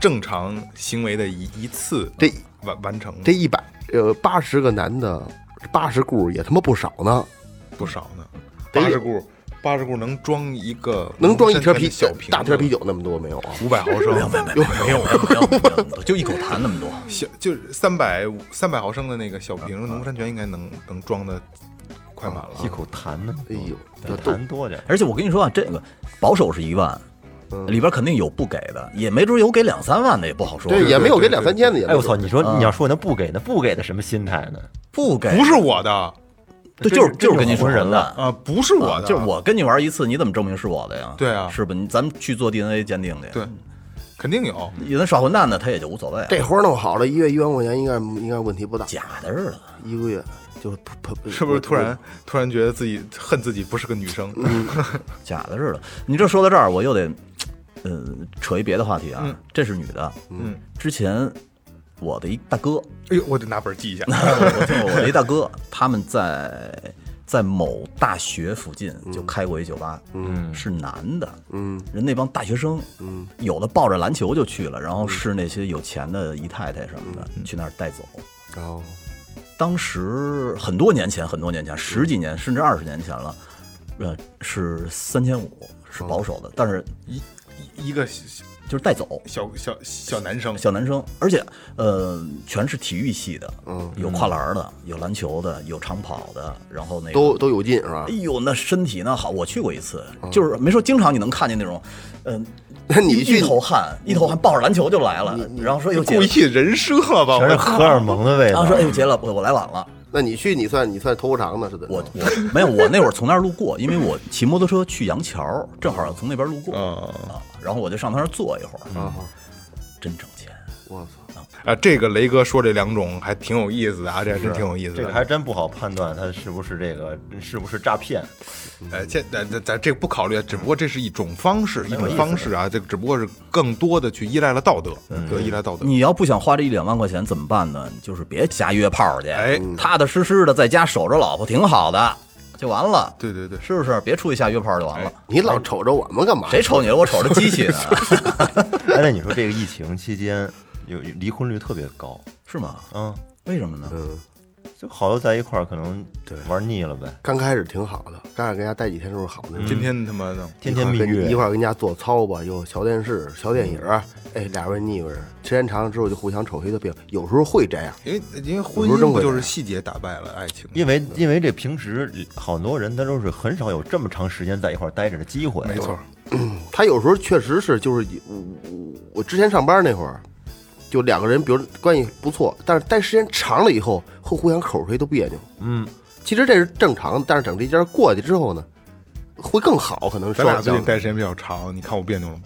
Speaker 3: 正常行为的一一次
Speaker 4: 这
Speaker 3: 完完成
Speaker 4: 这一百呃八十个男的，八十股也他妈不少呢。
Speaker 3: 不少呢，
Speaker 4: 得
Speaker 3: 八十固八十固能装一嗯个
Speaker 4: 能装一瓶
Speaker 3: 山
Speaker 4: 啤呃
Speaker 3: 泉小瓶
Speaker 4: 大瓶啤酒那么多没有啊？
Speaker 3: 五百毫升，
Speaker 5: 没有没有没有没有，就一口痰那么多。
Speaker 3: 小就是三百三百毫升的那个小瓶农夫山泉应该能能装的快满了
Speaker 6: 一。口痰呢，
Speaker 4: 哎呦，这都
Speaker 6: 痰多点儿。
Speaker 5: 而且我跟你说啊，这个保守是一万，
Speaker 3: 嗯
Speaker 5: 里边肯定有不给的，也没准有给两三万的，也不好说。
Speaker 4: 对，也没有给
Speaker 3: 对
Speaker 4: 两三千的也没
Speaker 6: 哎
Speaker 4: 有。
Speaker 6: 我操！你说你要说那不给呢？不给的什么心态呢？
Speaker 5: 不给
Speaker 3: 不是我的，
Speaker 5: 对，
Speaker 6: 这
Speaker 5: 就是
Speaker 6: 这
Speaker 5: 就是跟你
Speaker 6: 是
Speaker 5: 说
Speaker 6: 浑人了。
Speaker 3: 啊，不是我的，
Speaker 5: 就是我跟你玩一次，你怎么证明是我的呀？
Speaker 3: 对啊
Speaker 5: 是吧？你咱们去做 DNA 鉴定去。
Speaker 3: 对，肯定有。
Speaker 5: 有人耍混蛋的，他也就无所谓了。
Speaker 4: 这活儿弄好了，一月一万块钱应该应该问题不大，
Speaker 5: 假的似的，
Speaker 4: 一个月就是噗噗
Speaker 3: 是不是突然突然觉得自己恨自己不是个女生？
Speaker 5: 假的似的。你这说到这儿，我又得，呃，扯一别的话题啊。这是女的，
Speaker 3: 嗯，
Speaker 5: 之前我的一大哥，
Speaker 3: 哎呦，我得拿本儿记一下。
Speaker 5: 我听我的一大哥，他们在在某大学附近就开过一酒吧，嗯，是男的，嗯，人那帮大学生，嗯，有的抱着篮球就去了，然后是那些有钱的姨太太什么的、去那儿带走。
Speaker 4: 然后
Speaker 5: 当时很多年前，很多年前，十几年甚至二十年前了，呃，是三千五是保守的，但是
Speaker 3: 一一一个小
Speaker 5: 就是带走。
Speaker 3: 小小小男生，
Speaker 5: 小男生，而且呃，全是体育系的，嗯，有跨栏儿的，有篮球的，有长跑的，然后那个
Speaker 4: 都都有劲是吧
Speaker 5: 哎？呦，那身体那好，我去过一次，就是没说经常你能看见那种，嗯、
Speaker 4: 那你
Speaker 5: 一
Speaker 4: 去
Speaker 5: 一头汗，一头汗抱着篮球就来了，然后说又结
Speaker 3: 故
Speaker 5: 了，
Speaker 3: 意人设吧？
Speaker 6: 全是
Speaker 3: 啊我靠
Speaker 6: 荷尔蒙的味
Speaker 5: 然
Speaker 6: 道
Speaker 5: 后。说哎呦结了，我我来晚了，
Speaker 4: 那你去你算你算偷尝的是怎么
Speaker 5: 我
Speaker 4: 着？
Speaker 5: 我没有，我那会儿从那儿路过，因为我骑摩托车去杨桥，正好从那边路过
Speaker 3: 嗯
Speaker 5: 啊，然后我就上他那儿坐一会
Speaker 4: 啊
Speaker 5: 儿，真挣钱，
Speaker 4: 我操！
Speaker 3: 啊，这个雷哥说这两种还挺有意思的啊，这还真挺有意思
Speaker 6: 这
Speaker 3: 的
Speaker 6: 个。还真不好判断，它是不是这个是不是诈骗？
Speaker 3: 呃，现咱咱咱这个不考虑，啊只不过这是一种方式，一种方式啊，这个只不过是更多的去依赖了道德，对，依赖道德。
Speaker 5: 你要不想花这一两万块钱怎么办呢？就是别瞎约炮去，
Speaker 3: 哎，
Speaker 5: 踏踏实实的在家守着老婆挺好的，就完了，
Speaker 3: 对对对，
Speaker 5: 是不是？别出去瞎约炮就完了。
Speaker 4: 你老瞅着我们干嘛？
Speaker 5: 哎谁瞅你了？我瞅着机器呢，
Speaker 6: 哎，那你说这个疫情期间有有离婚率特别高，
Speaker 5: 是吗？
Speaker 6: 嗯，
Speaker 5: 为什么呢？
Speaker 6: 就好多在一块儿可能玩腻了呗，
Speaker 4: 刚开始挺好的，刚开始跟家待几天时候好
Speaker 5: 嗯
Speaker 4: 那
Speaker 3: 今天他妈的，
Speaker 6: 天天蜜
Speaker 4: 一
Speaker 6: 月。
Speaker 4: 块儿跟家做操吧，又瞧电视、瞧电影儿，
Speaker 5: 嗯
Speaker 4: 哎，俩人腻歪着，时间长了之后就互相瞅谁的病，有时候会这样。
Speaker 3: 因为因为婚
Speaker 4: 我说
Speaker 3: 姻
Speaker 4: 真
Speaker 3: 不
Speaker 4: 会
Speaker 3: 就是
Speaker 4: 来
Speaker 3: 细节打败了爱情吗？
Speaker 6: 因为因为这平时好多人他都是很少有这么长时间在一块儿待着的机会，
Speaker 3: 没错，
Speaker 4: 他有时候确实是，就是我我我之前上班那会儿，就两个人，比如关系不错，但是待时间长了以后，会互相口谁都别扭。嗯，其实这是正常的，但是等这家过去之后呢，会更好，可能
Speaker 3: 咱俩最
Speaker 4: 双
Speaker 3: 近
Speaker 4: 向
Speaker 3: 待时间比较长，你看我别扭了吗？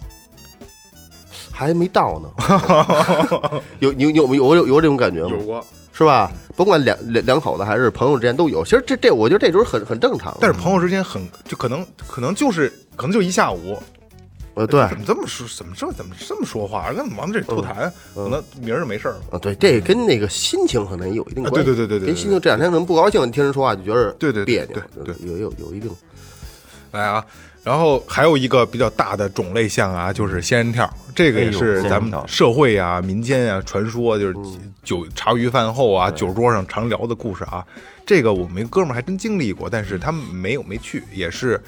Speaker 4: 还没到呢。 有你有有有有有这种感觉吗？
Speaker 3: 过，
Speaker 4: 是吧？甭管两两两口子还是朋友之间都有，其实这这我觉得这时候很很正常。
Speaker 3: 但是朋友之间很就可能可能就是可能就一下午，
Speaker 4: 呃对
Speaker 3: 哎怎么这么说？怎么这怎么这么说话？跟往这吐痰，可能明儿就没事儿了。
Speaker 4: 啊，对，这跟那个心情可能也有一定
Speaker 3: 啊
Speaker 4: 关系。
Speaker 3: 对对对对对对
Speaker 4: 跟心情这两天可能不高兴，你听人说话就觉得
Speaker 3: 对对对
Speaker 4: 别扭，
Speaker 3: 对对
Speaker 4: 有有有一定。
Speaker 3: 来啊，然后还有一个比较大的种类项啊，就是仙人跳，这个也是咱们社会啊、民间啊、传说，就是酒茶余饭后啊、酒桌上常聊的故事啊。这个我们一个哥们儿还真经历过，但是他们没有没去，也是，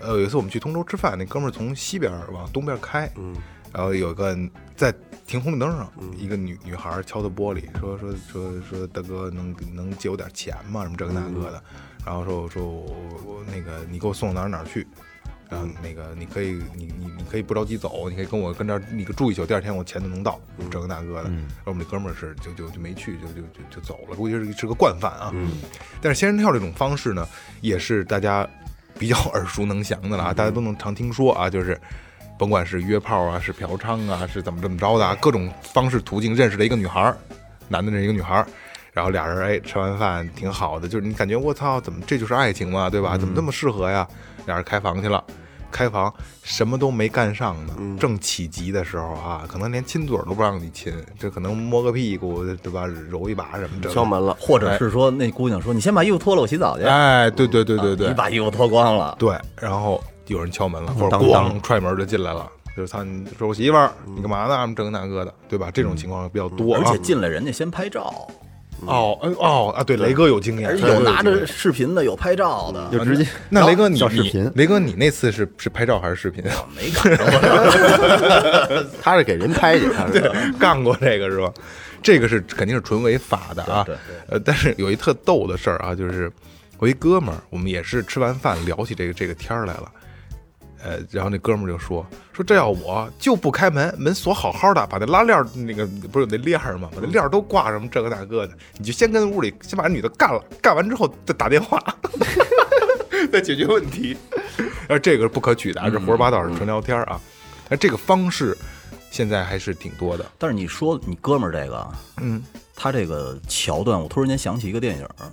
Speaker 3: 呃，有一次我们去通州吃饭，那哥们儿从西边儿往东边开，嗯，然后有个在停红绿灯上，一个女女孩儿敲的玻璃，说说说说大哥能能借我点钱吗？什么这个那个的，然后说我说我我我那个你给我送哪儿哪儿去，然后那个你可以你你你可以不着急走，你可以跟我跟这儿你住一宿，第二天我钱就能到，这个那个的。然后我们这哥们儿是就就就没去，就就就就走了，估计是是个惯犯啊。但是仙人跳这种方式呢，也是大家比较耳熟能详的了
Speaker 4: 嗯
Speaker 3: 啊，大家都能常听说啊，就是。甭管是约炮啊，是嫖娼啊，是怎么怎么着的啊，各种方式途径认识了一个女孩儿，男的认识一个女孩儿，然后俩人哎吃完饭挺
Speaker 4: 嗯
Speaker 3: 好的，就是你感觉我操，怎么这就是爱情嘛，对吧？怎么这么适合呀？俩人开房去了，开房什么都没干上呢，
Speaker 4: 嗯
Speaker 3: 正起急的时候啊，可能连亲嘴儿都不让你亲，这可能摸个屁股对吧，揉一把什么
Speaker 4: 敲
Speaker 3: 的。
Speaker 4: 门了，
Speaker 5: 或者是说那姑娘说你先把衣服脱了，我洗澡去。
Speaker 3: 哎，对对对
Speaker 4: 啊
Speaker 3: 对对，
Speaker 5: 你把衣服脱光了，
Speaker 3: 对，然后有人敲门了，或者
Speaker 6: 当
Speaker 3: 咣
Speaker 6: 当
Speaker 3: 踹门就进来了，就是操，你说我媳妇儿，你干嘛呢？这个那个的，对吧？这种情况比较多啊。
Speaker 5: 嗯而且进来人家先拍照，
Speaker 3: 哦，哎哦啊，对，雷哥有经验，
Speaker 5: 有拿着视频的，有拍照的，
Speaker 3: 就直接。那雷哥你
Speaker 6: 小视
Speaker 3: 你
Speaker 6: 频
Speaker 3: 雷哥你那次是是拍照还是视频？啊
Speaker 5: 没赶上我。
Speaker 4: 他是给人拍去， 他是
Speaker 3: 干过这个是吧？这个是肯定是纯违法的啊。
Speaker 5: 对
Speaker 3: 呃，但是有一特逗的事儿啊，就是我一哥们儿，我们也是吃完饭聊起这个这个天儿来了。呃，然后那哥们儿就说说这要我就不开门，门锁好好的，把那拉链儿那个不是有那链儿
Speaker 5: 嗯
Speaker 3: 吗？把那链儿都挂什么这个那个的，你就先跟屋里先把女的干了，干完之后再打电话， 再解决问题。而这个是不可取的
Speaker 5: 嗯
Speaker 3: 啊，这胡说八道是纯聊天儿啊。那这个方式现在还是挺多的，
Speaker 5: 但是你说你哥们儿这个，
Speaker 3: 嗯，
Speaker 5: 他这个桥段，我突然间想起一个电影儿，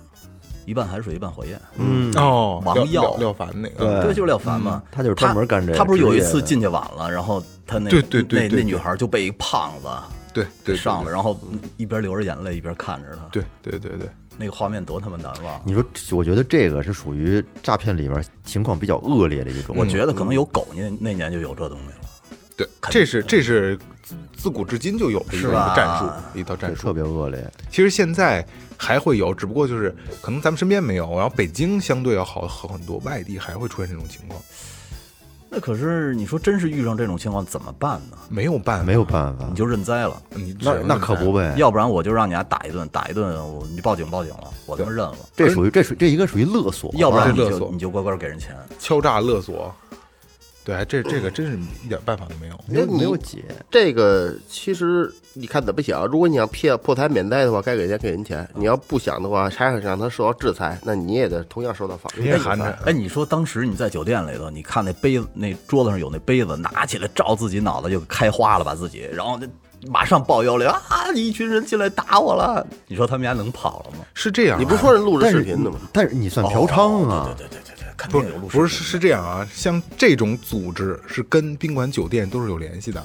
Speaker 5: 一半海水一半火焰，
Speaker 6: 嗯，
Speaker 3: 哦
Speaker 5: 王
Speaker 3: 廖
Speaker 5: 耀
Speaker 3: 廖廖凡那个，
Speaker 5: 对，就是廖凡嘛，
Speaker 3: 嗯
Speaker 6: 他就是专门干这个
Speaker 5: 他不是有一
Speaker 6: 职业
Speaker 5: 次
Speaker 6: 的
Speaker 5: 进去晚了，然后他那
Speaker 3: 对对对
Speaker 5: 那
Speaker 3: 对
Speaker 5: 那女孩就被一胖子
Speaker 3: 对对
Speaker 5: 上了，，然后一边流着眼泪一边看着他，
Speaker 3: 对嗯对对对对，
Speaker 5: 那个画面多他妈难忘。
Speaker 6: 你说，我觉得这个是属于诈骗里边情况比较恶劣的一种。
Speaker 5: 我觉得可能有狗那那年就有这东西了，
Speaker 3: 嗯对，这是这是自自古至今就有的一
Speaker 5: 是
Speaker 3: 个一
Speaker 5: 吧
Speaker 3: 个战术，一套战
Speaker 6: 对
Speaker 3: 术
Speaker 6: 特。别恶劣，
Speaker 3: 其实现在还会有，只不过就是可能咱们身边没有，然后北京相对要好好很多，外地还会出现这种情况，
Speaker 5: 那可是你说真是遇上这种情况怎么办呢？
Speaker 3: 没有办法，
Speaker 6: 没有办法
Speaker 5: 你。就认栽了，
Speaker 3: 你只
Speaker 6: 那
Speaker 3: 能
Speaker 6: 那可不
Speaker 3: 哎
Speaker 6: 呗，
Speaker 5: 要不然我就让你俩打一顿，打一顿我你报警报警了，我他妈认了。
Speaker 6: 这属于这属于这应该属于勒索，
Speaker 5: 要不然
Speaker 3: 这
Speaker 5: 你
Speaker 3: 勒索
Speaker 5: 就你就乖乖给人钱，
Speaker 3: 敲诈勒索，对，这这个真是一点办法都没有。
Speaker 6: 没有
Speaker 4: 你
Speaker 6: 没有解。
Speaker 4: 这个其实你看怎么想，如果你要骗破财免灾的话，该给钱给人钱；你要不想的话，还让他受到制裁，那你也得同样受到法律
Speaker 3: 你
Speaker 4: 的
Speaker 3: 也
Speaker 4: 制
Speaker 3: 含
Speaker 4: 裁。
Speaker 3: 着，
Speaker 5: 哎，你说当时你在酒店里头，你看那杯子，那桌子上有那杯子，拿起来照自己脑袋就开花了，把自己，然后那马上报幺零啊！一群人进来打我了，你说他们家能跑了吗？
Speaker 3: 是这样啊，
Speaker 4: 你不是说人录着
Speaker 6: 但
Speaker 4: 视
Speaker 6: 是
Speaker 4: 频的吗？
Speaker 6: 但是你算嫖娼
Speaker 5: 哦
Speaker 6: 啊，
Speaker 5: 对对对对对，肯定
Speaker 3: 不是
Speaker 5: 有录视频
Speaker 3: 不是是是这样啊，像这种组织是跟宾馆酒店都是有联系的，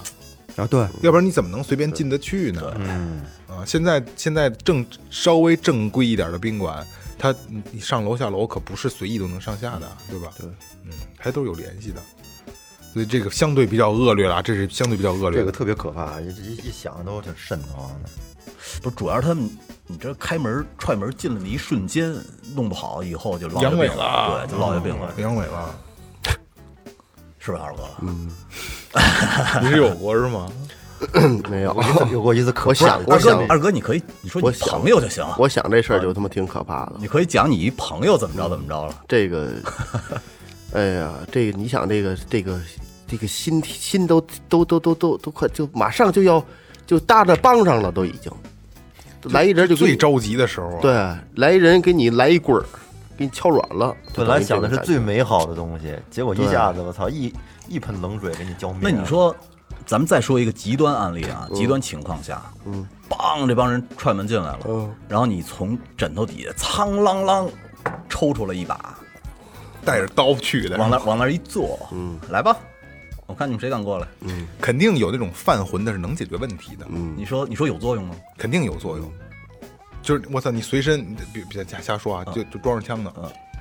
Speaker 6: 啊对，
Speaker 3: 要不然你怎么能随便进得去呢？嗯，啊，现在现在正稍微正规一点的宾馆，它你你上楼下楼可不是随意都能上下的，对吧？对，嗯，它都是有联系的，所以这个相对比较恶劣了啊，这是相对比较恶劣的。
Speaker 6: 这个特别可怕。一一想都挺瘆得慌的。
Speaker 5: 不是主要是他们，你这开门踹门进来的一瞬间，弄不好以后就落下
Speaker 3: 阳
Speaker 5: 病
Speaker 3: 痿了啊嗯
Speaker 5: 对，就
Speaker 4: 嗯
Speaker 5: 落下病了，
Speaker 3: 阳痿了，
Speaker 5: 是吧，二哥？
Speaker 4: 嗯
Speaker 3: 你是有过是吗？
Speaker 4: 没有，
Speaker 6: 有过一次可
Speaker 4: 我想过
Speaker 5: 二
Speaker 4: 我想
Speaker 5: 哥，二哥，你可以你说
Speaker 4: 我
Speaker 5: 你
Speaker 4: 想
Speaker 5: 朋友就行，啊
Speaker 4: 我想这事儿就他妈挺可怕的。
Speaker 5: 你可以讲你一朋友怎么着怎么着了。
Speaker 4: 这 个，哎呀，这个你想这个这个这个心心都都都都都都快就马上就要就搭着帮上了，都已经来一人就给
Speaker 3: 最
Speaker 4: 你
Speaker 3: 着急的时候啊，
Speaker 4: 对，来一人给你来一棍儿，给你敲软了。就
Speaker 6: 本来
Speaker 4: 等于这
Speaker 6: 想
Speaker 4: 个
Speaker 6: 的是
Speaker 4: 感觉
Speaker 6: 最美好的东西，结果一
Speaker 4: 对
Speaker 6: 下子我操一一盆冷水给你
Speaker 4: 嗯
Speaker 6: 浇灭。
Speaker 5: 那你，说，咱们再说一个极端案例啊，极端情况下，嗯，梆，这帮人踹门进来了，
Speaker 4: 嗯
Speaker 5: 然后你从枕头底下苍啷啷抽出了一把，
Speaker 3: 带着刀去的，
Speaker 5: 往那往那一坐，嗯，来吧，我看你们谁敢过来。
Speaker 3: 肯定有那种犯浑的是能解决问题的，
Speaker 4: 嗯
Speaker 5: 你说你说有作用吗？
Speaker 3: 肯定有作用。就是我操，你随身你别别瞎瞎说啊，就就装着枪呢，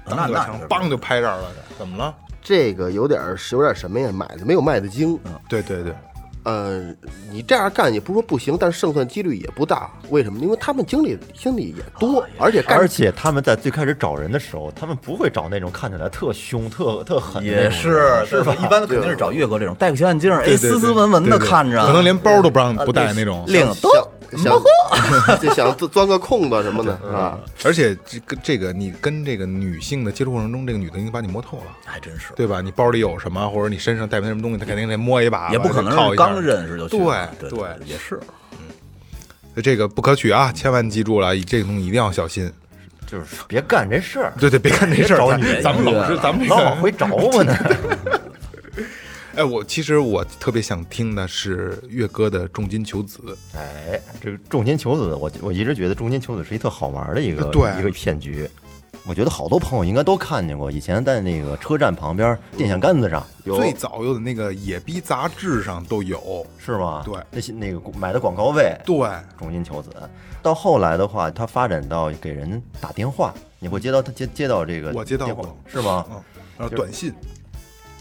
Speaker 5: 那
Speaker 3: 当着
Speaker 5: 嗯那
Speaker 3: 枪
Speaker 5: 是
Speaker 3: 梆就拍这儿了，怎么了？
Speaker 4: 这个有点儿有点儿什么呀？买的没有卖的精。
Speaker 6: 嗯
Speaker 3: 对对对，
Speaker 4: 呃，你这样干也不是说不行，但是胜算几率也不大。为什么？因为他们经理经理也多，
Speaker 6: 哦
Speaker 4: 而且干
Speaker 6: 而且他们在最开始找人的时候，他们不会找那种看起来特凶、特特狠的那
Speaker 5: 也
Speaker 6: 种人，
Speaker 5: 是，是吧？一般的肯定是找岳哥这种戴个小眼镜，哎，斯斯文文的看着，啊
Speaker 3: 可能连包都不让不带那种。
Speaker 5: 领都
Speaker 4: 想想 就想钻个空子什么的啊。
Speaker 3: 而且这个这个，你跟这个女性的接触过程中，这个女的已经把你摸透了，
Speaker 5: 还真是，
Speaker 3: 对吧？你包里有什么，或者你身上带没什么东西，她肯定得摸一把吧，
Speaker 5: 也不可能
Speaker 3: 套
Speaker 5: 是
Speaker 3: 一下
Speaker 5: 刚认识就去了，
Speaker 3: 对
Speaker 5: 对
Speaker 3: 对
Speaker 5: 也是。
Speaker 3: 这个不可取啊！千万记住了，这个东西一定要小心。
Speaker 6: 就是 别干这事儿，
Speaker 3: 对对，别干这事
Speaker 6: 别
Speaker 3: 儿，
Speaker 6: 找
Speaker 3: 咱
Speaker 6: 女人
Speaker 3: 咱们老
Speaker 5: 去
Speaker 3: 是
Speaker 5: 了
Speaker 3: 咱 们这
Speaker 6: 老
Speaker 3: 个
Speaker 6: 往回找我 呢。
Speaker 3: 哎，我其实我特别想听的是岳哥的重金求子，
Speaker 6: 哎，这个重金求子，我我一直觉得重金求子是一特好玩的一个
Speaker 3: 对
Speaker 6: 一个骗局。我觉得好多朋友应该都看见过，以前在那个车站旁边电线杆子上
Speaker 4: 有
Speaker 3: 最早有的那个野逼杂志上都有，
Speaker 6: 是吗？
Speaker 3: 对
Speaker 6: 那些那个买的广告位，
Speaker 3: 对，
Speaker 6: 重金求子。到后来的话，它发展到给人打电话，你会接到他接接到这个，
Speaker 3: 我接到过
Speaker 6: 是吗？
Speaker 3: 嗯，然后短信，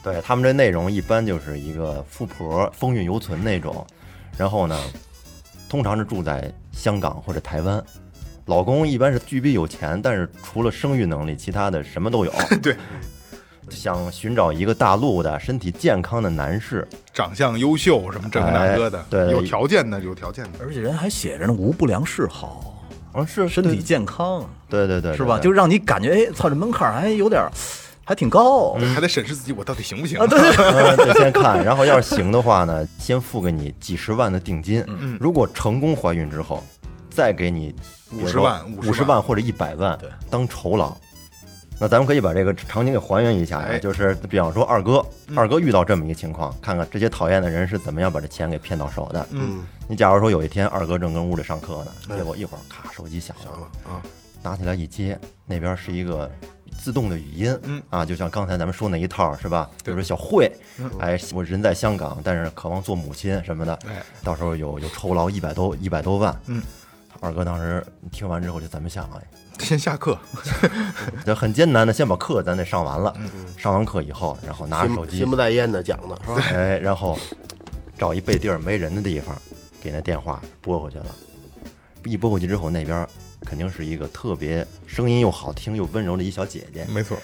Speaker 6: 对他们这内容一般就是一个富婆风韵犹存那种，然后呢，通常是住在香港或者台湾，老公一般是巨逼有钱，但是除了生育能力，其他的什么都有。
Speaker 3: 对，
Speaker 6: 想寻找一个大陆的身体健康的男士，
Speaker 3: 长相优秀什么这个那个的
Speaker 6: 哎，对
Speaker 3: 有条件的有条件的，
Speaker 5: 而且人还写着呢，无不良嗜好，
Speaker 6: 啊是
Speaker 5: 身体，健康，
Speaker 6: 对对对对，
Speaker 5: 是吧？
Speaker 6: 对
Speaker 5: 就让你感觉，哎，操，这门槛还有点儿，还挺高。
Speaker 3: 还得审视自己我到底行不行
Speaker 5: 啊，对对对，
Speaker 6: 嗯，得先看，然后要是行的话呢，先付给你几十万的定金。如果成功怀孕之后，再给你
Speaker 3: 50万
Speaker 6: 五十
Speaker 3: 50
Speaker 6: 万
Speaker 3: 万
Speaker 6: 或者一百万
Speaker 5: 对
Speaker 6: 当酬劳。那咱们可以把这个场景给还原一下呀，啊
Speaker 3: 哎
Speaker 6: 就是比方说二哥，二哥遇到这么一个情况，看看这些讨厌的人是怎么样把这钱给骗到手的。嗯，你假如说有一天二哥正跟屋里上课呢，结果一会儿咔手机响了，
Speaker 4: 啊，
Speaker 6: 拿起来一接，那边是一个自动的语音，
Speaker 3: 嗯
Speaker 6: 啊，就像刚才咱们说那一套是吧？比
Speaker 3: 对嗯
Speaker 6: 如说小慧，哎，我人在香港，但是渴望做母亲什么的，
Speaker 3: 哎
Speaker 6: 到时候有有酬劳一百多一百多万，
Speaker 3: 嗯。
Speaker 6: 二哥当时听完之后就怎么想啊？
Speaker 3: 先下课，
Speaker 6: 就很艰难的先把课咱得上完了，
Speaker 3: 嗯
Speaker 6: 上完课以后，然后拿着
Speaker 4: 心
Speaker 6: 手机
Speaker 4: 心不，在焉的讲的是吧？
Speaker 6: 哎，然后找一背地儿没人的地方，给那电话拨回去了。一拨过去之后，那边肯定是一个特别声音又好听又温柔的一小姐姐。
Speaker 3: 没错，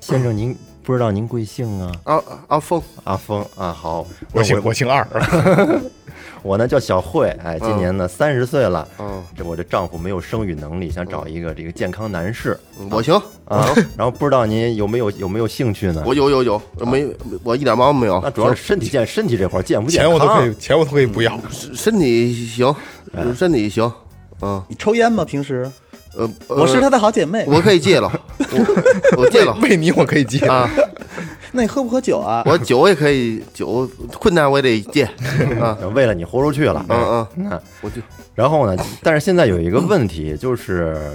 Speaker 6: 先生，您不知道您贵姓啊？
Speaker 4: 啊啊，风
Speaker 6: 阿峰啊，好，
Speaker 3: 我
Speaker 6: 那
Speaker 3: 姓
Speaker 6: 我
Speaker 3: 我姓二，
Speaker 6: 我呢叫小慧，哎，今年呢三十岁了，
Speaker 4: 嗯，
Speaker 6: 这我这丈夫没有生育能力，想找一个这个健康男士
Speaker 4: 我行，
Speaker 6: 啊，然后不知道您有没有有没有兴趣呢？
Speaker 4: 我有有有，没我一点毛病没有。
Speaker 6: 那主要是身体健身体这块儿健不健
Speaker 3: 钱
Speaker 6: 康？
Speaker 3: 我都可以，钱我都可以不要，
Speaker 4: 身身体行，
Speaker 6: 哎
Speaker 4: 身体行，嗯
Speaker 5: 你抽烟吗？平时？
Speaker 4: 呃，呃
Speaker 5: 我是她，的好姐妹。
Speaker 4: 我可以戒了，我我戒了
Speaker 3: 为你我可以接，
Speaker 4: 啊，
Speaker 5: 那你喝不喝酒啊？
Speaker 4: 我酒也可以，酒困难我也得戒啊，
Speaker 6: 为了你豁出去了。
Speaker 4: 嗯嗯，
Speaker 6: 嗯，
Speaker 4: 我就
Speaker 6: 然 后呢？但是现在有一个问题，就是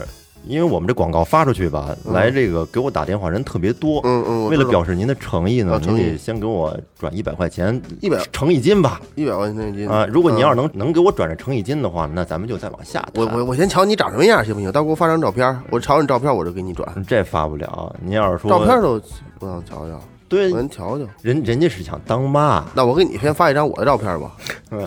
Speaker 6: 因为我们这广告发出去吧，来这个给我打电话人特别多。
Speaker 4: 嗯嗯我
Speaker 6: 为
Speaker 4: 知
Speaker 6: 了
Speaker 4: 道
Speaker 6: 表示您的诚意呢
Speaker 4: 啊，
Speaker 6: 您
Speaker 4: 诚意
Speaker 6: 得先给我转一百块钱，
Speaker 4: 100
Speaker 6: 乘一斤吧。
Speaker 4: 一百块钱一斤
Speaker 6: 啊，如果你要是
Speaker 4: 嗯
Speaker 6: 能能给我转成乘一斤的话，那咱们就再往下谈。
Speaker 4: 我我我先瞧你长什么样行不行？到时候给我发张照片，我瞧你照片我就给你转，
Speaker 6: 这发不了。您要是说
Speaker 4: 照片都不想瞧瞧，
Speaker 6: 对
Speaker 4: 我先瞧瞧。
Speaker 6: 人人家是想当妈，
Speaker 4: 那我给你先发一张我的照片吧，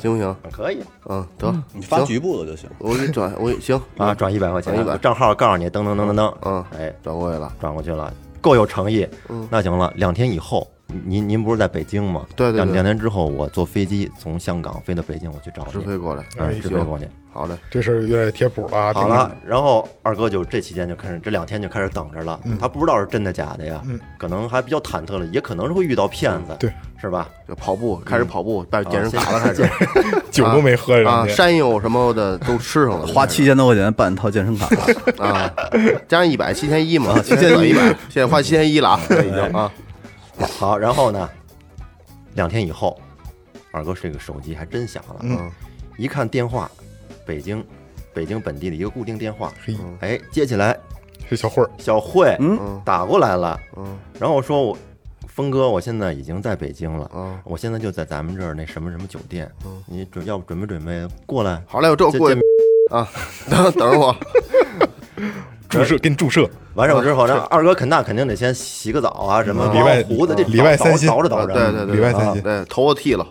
Speaker 4: 行不行？
Speaker 6: 可以
Speaker 4: 嗯，得，
Speaker 5: 你发
Speaker 4: 行
Speaker 5: 局部的就行。
Speaker 4: 我给你转，我给行
Speaker 6: 啊，转一百块
Speaker 4: 嗯
Speaker 6: 钱，
Speaker 4: 转100
Speaker 6: 我账号告诉你，噔噔噔噔噔，
Speaker 4: 嗯
Speaker 6: 哎，
Speaker 4: 转过来了。
Speaker 6: 转过去了，够有诚意。
Speaker 4: 嗯
Speaker 6: 那行了，两天以后，您您不是在北京吗？
Speaker 4: 对对对
Speaker 6: 两两天之后，我坐飞机从香港飞到北京，我去找
Speaker 4: 直
Speaker 6: 你，
Speaker 4: 飞哎过来，
Speaker 6: 嗯，直飞过
Speaker 4: 去。
Speaker 6: 去。
Speaker 4: 好嘞，
Speaker 3: 这事儿有点贴谱了啊。
Speaker 6: 好
Speaker 3: 丁哥
Speaker 6: 了，，然后二哥就这期间就开始，这两天就开始等着
Speaker 4: 嗯
Speaker 6: 了。他不知道是真的假的呀，可能还比较忐忑了，也可能是会遇到骗子，
Speaker 3: 对，
Speaker 6: 是吧？
Speaker 4: 就跑步，开始跑步，办健身卡了，
Speaker 6: 啊
Speaker 4: 开始
Speaker 6: 健
Speaker 3: 酒都没喝，
Speaker 4: 啊，
Speaker 3: 人家
Speaker 4: 山药什么的都吃 上了，
Speaker 5: 花七千多块钱办一套健身卡，
Speaker 4: 啊，加上一百七千一
Speaker 6: 啊
Speaker 4: 嘛，
Speaker 5: 七
Speaker 4: 七
Speaker 5: 千一
Speaker 4: 一百，现在花七千一 了啊，已经啊，
Speaker 6: 好，然后呢，两天以后，二哥这个手机还真响了，
Speaker 4: 嗯，
Speaker 6: 一看电话，北京，北京本地的一个固定电话，哎，接起来，
Speaker 3: 这小慧儿
Speaker 6: 小慧，
Speaker 5: 嗯
Speaker 6: 打过来了，
Speaker 4: 嗯，
Speaker 6: 然后我说我。峰哥，我现在已经在北京了，
Speaker 4: 嗯
Speaker 6: 我现在就在咱们这儿那什么什么酒店，你准要不准备准备过来？
Speaker 4: 好嘞，我这
Speaker 6: 这
Speaker 4: 过
Speaker 6: 这
Speaker 4: 去啊， 等等着我，啊
Speaker 3: 注射给你注射，
Speaker 6: 完事儿之
Speaker 4: 嗯
Speaker 6: 后，让二哥肯那肯定得先洗个澡啊，什么
Speaker 3: 礼拜
Speaker 6: 刮胡子这
Speaker 3: 礼拜三新
Speaker 6: 捯饬捯饬
Speaker 4: 啊
Speaker 6: 捯饬，
Speaker 4: 对对对，嗯
Speaker 3: 礼拜三
Speaker 4: 啊
Speaker 3: 见
Speaker 4: 对，头我剃了，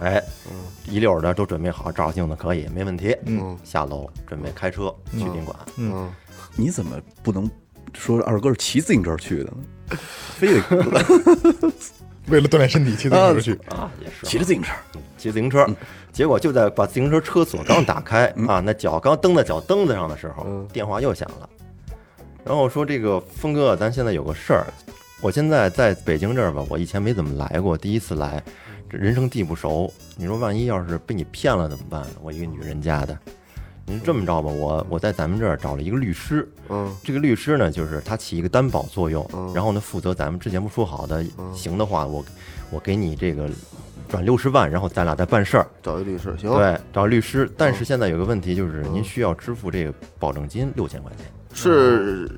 Speaker 6: 哎，一溜儿的都准备好，照着镜子可以，没问题。嗯，下楼准备开车去宾馆。
Speaker 4: 嗯，
Speaker 5: 你怎么不能说二哥是骑自行车去的呢？非得
Speaker 3: 为了锻炼身体，骑自行车去。
Speaker 6: 啊，也是
Speaker 5: 骑着自行车，
Speaker 6: 骑自行车，结果就在把自行车车锁刚打开啊，那脚刚蹬在脚蹬子上的时候，电话又响了。然后我说：“这个峰哥，啊咱现在有个事儿，我现在在北京这儿吧，我以前没怎么来过，第一次来，这人生地不熟。你说万一要是被你骗了怎么办？我一个女人家的。”您这么着吧，我我在咱们这儿找了一个律师，
Speaker 4: 嗯，
Speaker 6: 这个律师呢，就是他起一个担保作用，然后呢负责咱们之前不说好的，行的话，我我给你这个转六十万，然后咱俩再办事儿。
Speaker 4: 找一律师行，，
Speaker 6: 对，找律师。但是现在有个问题就是，您需要支付这个保证金六千块钱。
Speaker 4: 是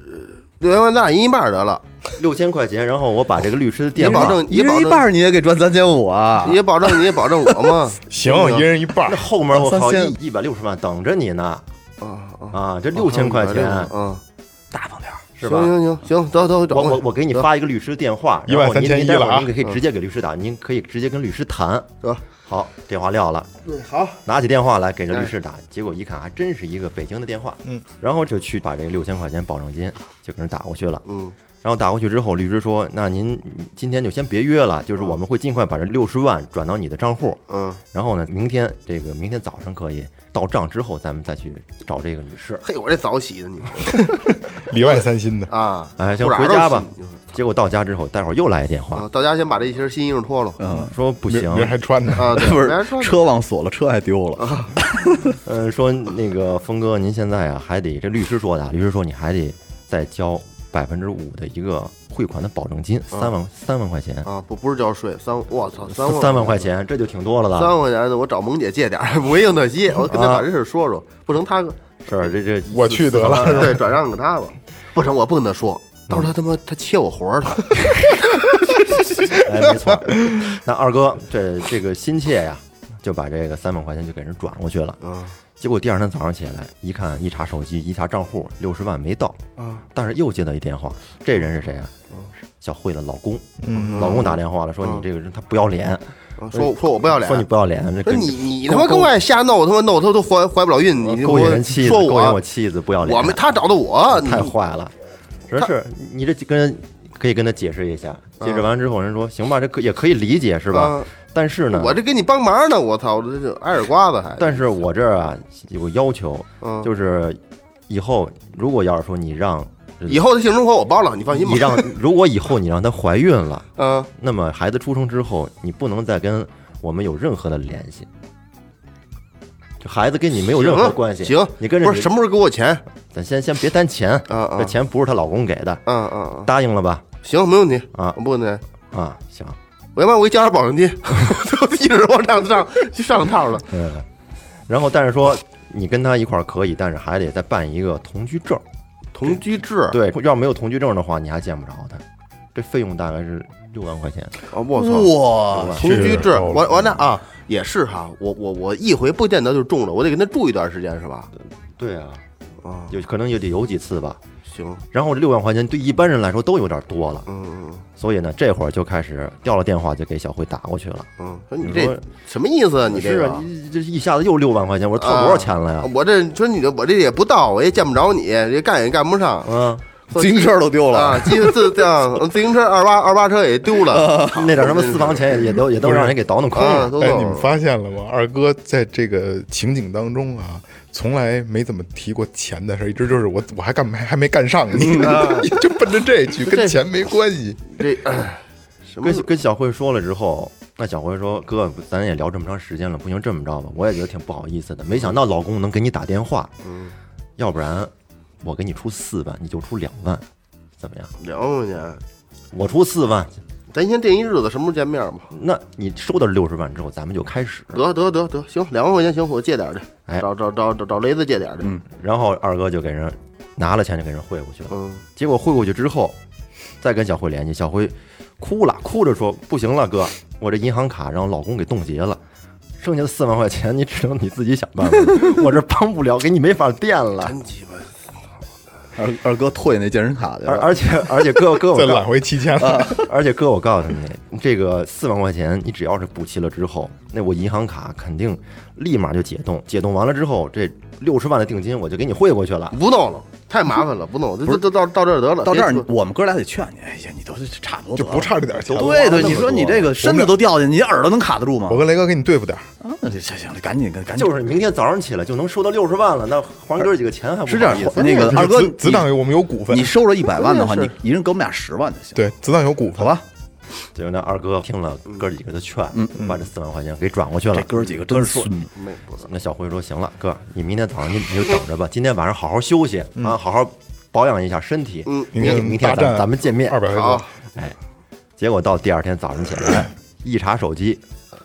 Speaker 4: 六千块咱俩一人一半得了，
Speaker 6: 六千块钱，然后我把这个律师的
Speaker 4: 也
Speaker 6: 电
Speaker 4: 保
Speaker 6: 话，
Speaker 4: 证
Speaker 5: 啊一
Speaker 4: 也
Speaker 5: 人
Speaker 4: 保
Speaker 5: 一
Speaker 4: 证
Speaker 5: 半，你也给赚三千五啊？
Speaker 4: 也保证你也保证我 嘛。
Speaker 3: 行，一人一半
Speaker 6: 那，后面我
Speaker 5: 三
Speaker 6: 靠
Speaker 5: 千
Speaker 6: 一一百六十万等着你呢
Speaker 4: 啊啊
Speaker 6: 啊！这六千块钱
Speaker 4: 啊，
Speaker 6: 大方点儿是
Speaker 4: 行
Speaker 6: 吧？
Speaker 4: 行行行，走走走，
Speaker 6: 我我我给你发一个律师电话，
Speaker 3: 一
Speaker 6: 然
Speaker 3: 万
Speaker 6: 后
Speaker 3: 三
Speaker 6: 您
Speaker 3: 千
Speaker 6: 您
Speaker 3: 一
Speaker 6: 待会
Speaker 3: 了啊
Speaker 6: 儿您可以直接给律师打，您可以直接跟律师谈。
Speaker 4: 得
Speaker 6: 好，电话撂了，
Speaker 4: 对好，
Speaker 6: 拿起电话来给这律师
Speaker 3: 哎
Speaker 6: 打，结果一看还真是一个北京的电话，嗯，然后就去把这六千块钱保证金就给人打过去了，
Speaker 4: 嗯，
Speaker 6: 然后打过去之后，律师说，那您今天就先别约了，就是我们会尽快把这六十万转到你的账户，
Speaker 4: 嗯，
Speaker 6: 然后呢，明天这个明天早上可以到账之后，咱们再去找这个女士。
Speaker 4: 嘿，我这早起的你
Speaker 3: 里外三心的。
Speaker 4: 啊，
Speaker 6: 哎，行，
Speaker 4: 不然
Speaker 6: 回
Speaker 4: 都
Speaker 6: 家吧
Speaker 4: 洗。
Speaker 6: 结果到家之后，待会儿又来一电话，
Speaker 4: 啊，到家先把这一身新衣裳脱了
Speaker 5: 嗯，
Speaker 6: 说不
Speaker 3: 明
Speaker 6: 行
Speaker 3: 明，儿还穿呢，
Speaker 4: 啊， 对，
Speaker 5: 不
Speaker 4: 别
Speaker 5: 是
Speaker 4: 说，
Speaker 5: 车忘锁了，车还丢了。
Speaker 6: 呃，说那个峰哥，您现在啊还得这律师说的啊，律师说你还得再交百分之五的一个汇款的保证金，三万三万块钱，
Speaker 4: 嗯啊，不不是交税，三我操，三万
Speaker 6: 三万块，钱，这就挺多了
Speaker 4: 三
Speaker 6: 的。
Speaker 4: 万块钱的，我找萌姐借点儿， 不一定得借，我跟她
Speaker 6: 啊
Speaker 4: 把这事儿说说，不成她
Speaker 6: 是这这
Speaker 3: 我去得了。
Speaker 4: 对转让给她吧，不成我不跟她说，到时候她他妈她切我活儿 了，
Speaker 6: 哎，没错。那二哥这这个心切呀，就把这个三万块钱就给人转过去了。
Speaker 4: 嗯
Speaker 6: 结果第二天早上起来一看，一查手机，一查账户，六十万没到。
Speaker 4: 啊，
Speaker 6: 但是又接到一电话，这人是谁啊？
Speaker 4: 嗯
Speaker 6: 小慧的老公，老公打电话了，说你这个人他不要脸，
Speaker 4: 啊说说我不要脸
Speaker 6: 说，你不要脸，这
Speaker 4: 说
Speaker 6: 跟
Speaker 4: 你你他妈跟
Speaker 6: 勾
Speaker 4: 外瞎弄，他妈弄他都怀怀不了孕，你
Speaker 6: 勾
Speaker 4: 我
Speaker 6: 引人妻子，
Speaker 4: 说
Speaker 6: 勾引我
Speaker 4: 我
Speaker 6: 妻子不要脸，啊
Speaker 4: 我们他找的我，你
Speaker 6: 太坏了。主要是你这跟人可以跟他解释一下，解
Speaker 4: 嗯
Speaker 6: 释完之后，人说行吧，这可也可以理解是吧
Speaker 4: 啊？
Speaker 6: 但是呢，
Speaker 4: 我这给你帮忙呢，我操，我这这挨耳刮子还，
Speaker 6: 但是我这儿啊有个要求，
Speaker 4: 嗯
Speaker 6: 就是以后如果要是说你让
Speaker 4: 以后的性生活我包了，你放心吧，
Speaker 6: 嗯你让如果以后你让她怀孕了。
Speaker 4: 嗯。
Speaker 6: 那么孩子出生之后，你不能再跟我们有任何的联系。这孩子跟你没有任何关系。
Speaker 4: 行，
Speaker 6: 你跟着
Speaker 4: 不是
Speaker 6: 你
Speaker 4: 什么时候给我钱？
Speaker 6: 咱先先别谈钱，
Speaker 4: 嗯嗯
Speaker 6: 这钱不是她老公给的，
Speaker 4: 嗯嗯，嗯
Speaker 6: 答应了吧？
Speaker 4: 行，没问题
Speaker 6: 啊
Speaker 4: 我不问你。
Speaker 6: 啊，行，
Speaker 4: 我要不然我给你加点保证金， 就一直往上上就上套了。
Speaker 6: 嗯。然后但是说你跟他一块儿可以，但是还得再办一个同居证。
Speaker 4: 同居制，
Speaker 6: 对，要没有同居证的话，你还见不着他。这费用大概是六万块钱。
Speaker 4: 啊，我操，
Speaker 5: 哇，
Speaker 4: 同居制，
Speaker 3: 是
Speaker 4: 我我那啊也是哈，我我我一回不见得就中了，我得跟他住一段时间是吧？
Speaker 6: 对啊，
Speaker 4: 啊，
Speaker 6: 有可能也得有几次吧。
Speaker 4: 行，
Speaker 6: 然后六万块钱对一般人来说都有点多了。
Speaker 4: 嗯嗯
Speaker 6: 所以呢，这会儿就开始掉了电话，就给小慧打过去了。
Speaker 4: 嗯，说你
Speaker 6: 你
Speaker 4: 这
Speaker 6: 说
Speaker 4: 什么意思啊？你这
Speaker 6: 是
Speaker 4: 个
Speaker 6: 啊，你这一下子又六万块钱，我说
Speaker 4: 啊
Speaker 6: 凑多少钱了呀？
Speaker 4: 我这说你这我这也不到，我也见不着你，这干也干不上。
Speaker 6: 嗯，
Speaker 5: 自行车都丢了。
Speaker 4: 啊，自自这样，自行车二八二八车也丢了，
Speaker 6: 那点什么私房钱也也都也都让人给倒腾空
Speaker 4: 啊，
Speaker 6: 了。
Speaker 4: 都
Speaker 3: 啊哎，
Speaker 4: 弄
Speaker 3: 你
Speaker 4: 了
Speaker 3: 们发现了吗？二哥在这个情景当中啊，从来没怎么提过钱的事儿，一直就是我我还干没还没干上 你，就奔着这句，跟钱没关系。
Speaker 4: 这哎什么
Speaker 6: 跟跟小慧说了之后，那小慧说：“哥，咱也聊这么长时间了，不行，这么着吧，我也觉得挺不好意思的。没想到老公能给你打电话，要不然我给你出四万，你就出两万，怎么样？
Speaker 4: 两万块钱？
Speaker 6: 我出四万，
Speaker 4: 咱先定一日子，什么时候见面吧？
Speaker 6: 那你收到六十万之后，咱们就开始。
Speaker 4: 得得得得，行，两万块钱行，我借点儿去，
Speaker 6: 哎
Speaker 4: 找找找找找雷子借点儿去。嗯
Speaker 6: 然后二哥就给人拿了钱就给人汇过去了。
Speaker 4: 嗯
Speaker 6: 结果汇过去之后，再跟小慧联系，小慧哭了，哭着说：“不行了，哥，我这银行卡让老公给冻结了，剩下的四万块钱你只能你自己想 办法，我这帮不了，给你没法垫了。
Speaker 4: 真鸡巴
Speaker 5: 二二哥退那健身卡去
Speaker 6: 而
Speaker 5: 了。
Speaker 6: 而且而且哥哥我
Speaker 3: 再
Speaker 6: 告
Speaker 3: 揽回七千了，
Speaker 6: 而且哥我告诉你，这个四万块钱你只要是补齐了之后，那我银行卡肯定立马就解冻，解冻完了之后，这六十万的定金我就给你汇过去
Speaker 5: 嗯
Speaker 6: 了。
Speaker 4: 不弄了，太麻烦了，不弄，这这这到到这儿得了，
Speaker 5: 到这儿
Speaker 4: 别，说
Speaker 5: 我们哥俩得劝你，哎呀，你都是差不多得
Speaker 3: 就
Speaker 5: 了，
Speaker 3: 不差这点钱。
Speaker 5: 对对，你说你这个身子都掉下，去，你耳朵能卡得住吗
Speaker 3: 我？跟雷哥给你对付点儿，
Speaker 5: 啊，那就行行，赶紧赶赶紧，
Speaker 6: 就是明天早上起来就能收到六十万了，那还哥几个钱还不
Speaker 5: 是这样
Speaker 6: 好意思，
Speaker 5: 那个
Speaker 3: 就是
Speaker 5: 二哥
Speaker 3: 子子档
Speaker 5: 你
Speaker 3: 我们有股份
Speaker 5: 你，收着一百万的话，
Speaker 4: 是
Speaker 5: 你一人给我们俩十万就行，
Speaker 3: 对，子档有股
Speaker 5: 好
Speaker 3: 份。
Speaker 5: 吧？
Speaker 6: 结果那二哥听了
Speaker 3: 嗯
Speaker 6: 哥几个的劝，把这四万块钱给转过去了。
Speaker 5: 这哥几个真是孙子，
Speaker 4: 没不是
Speaker 6: 那小慧说：“行了，哥，你明天早上你你就等着吧，今天晚上好好休息
Speaker 3: 嗯
Speaker 6: 啊，好好保养一下身体。
Speaker 4: 嗯
Speaker 6: 明天明天
Speaker 3: 大战
Speaker 6: 咱咱们见面
Speaker 3: 二。百块
Speaker 4: 好
Speaker 3: 钱，，
Speaker 6: 结果到第二天早上起
Speaker 3: 哎
Speaker 6: 来，一查手机，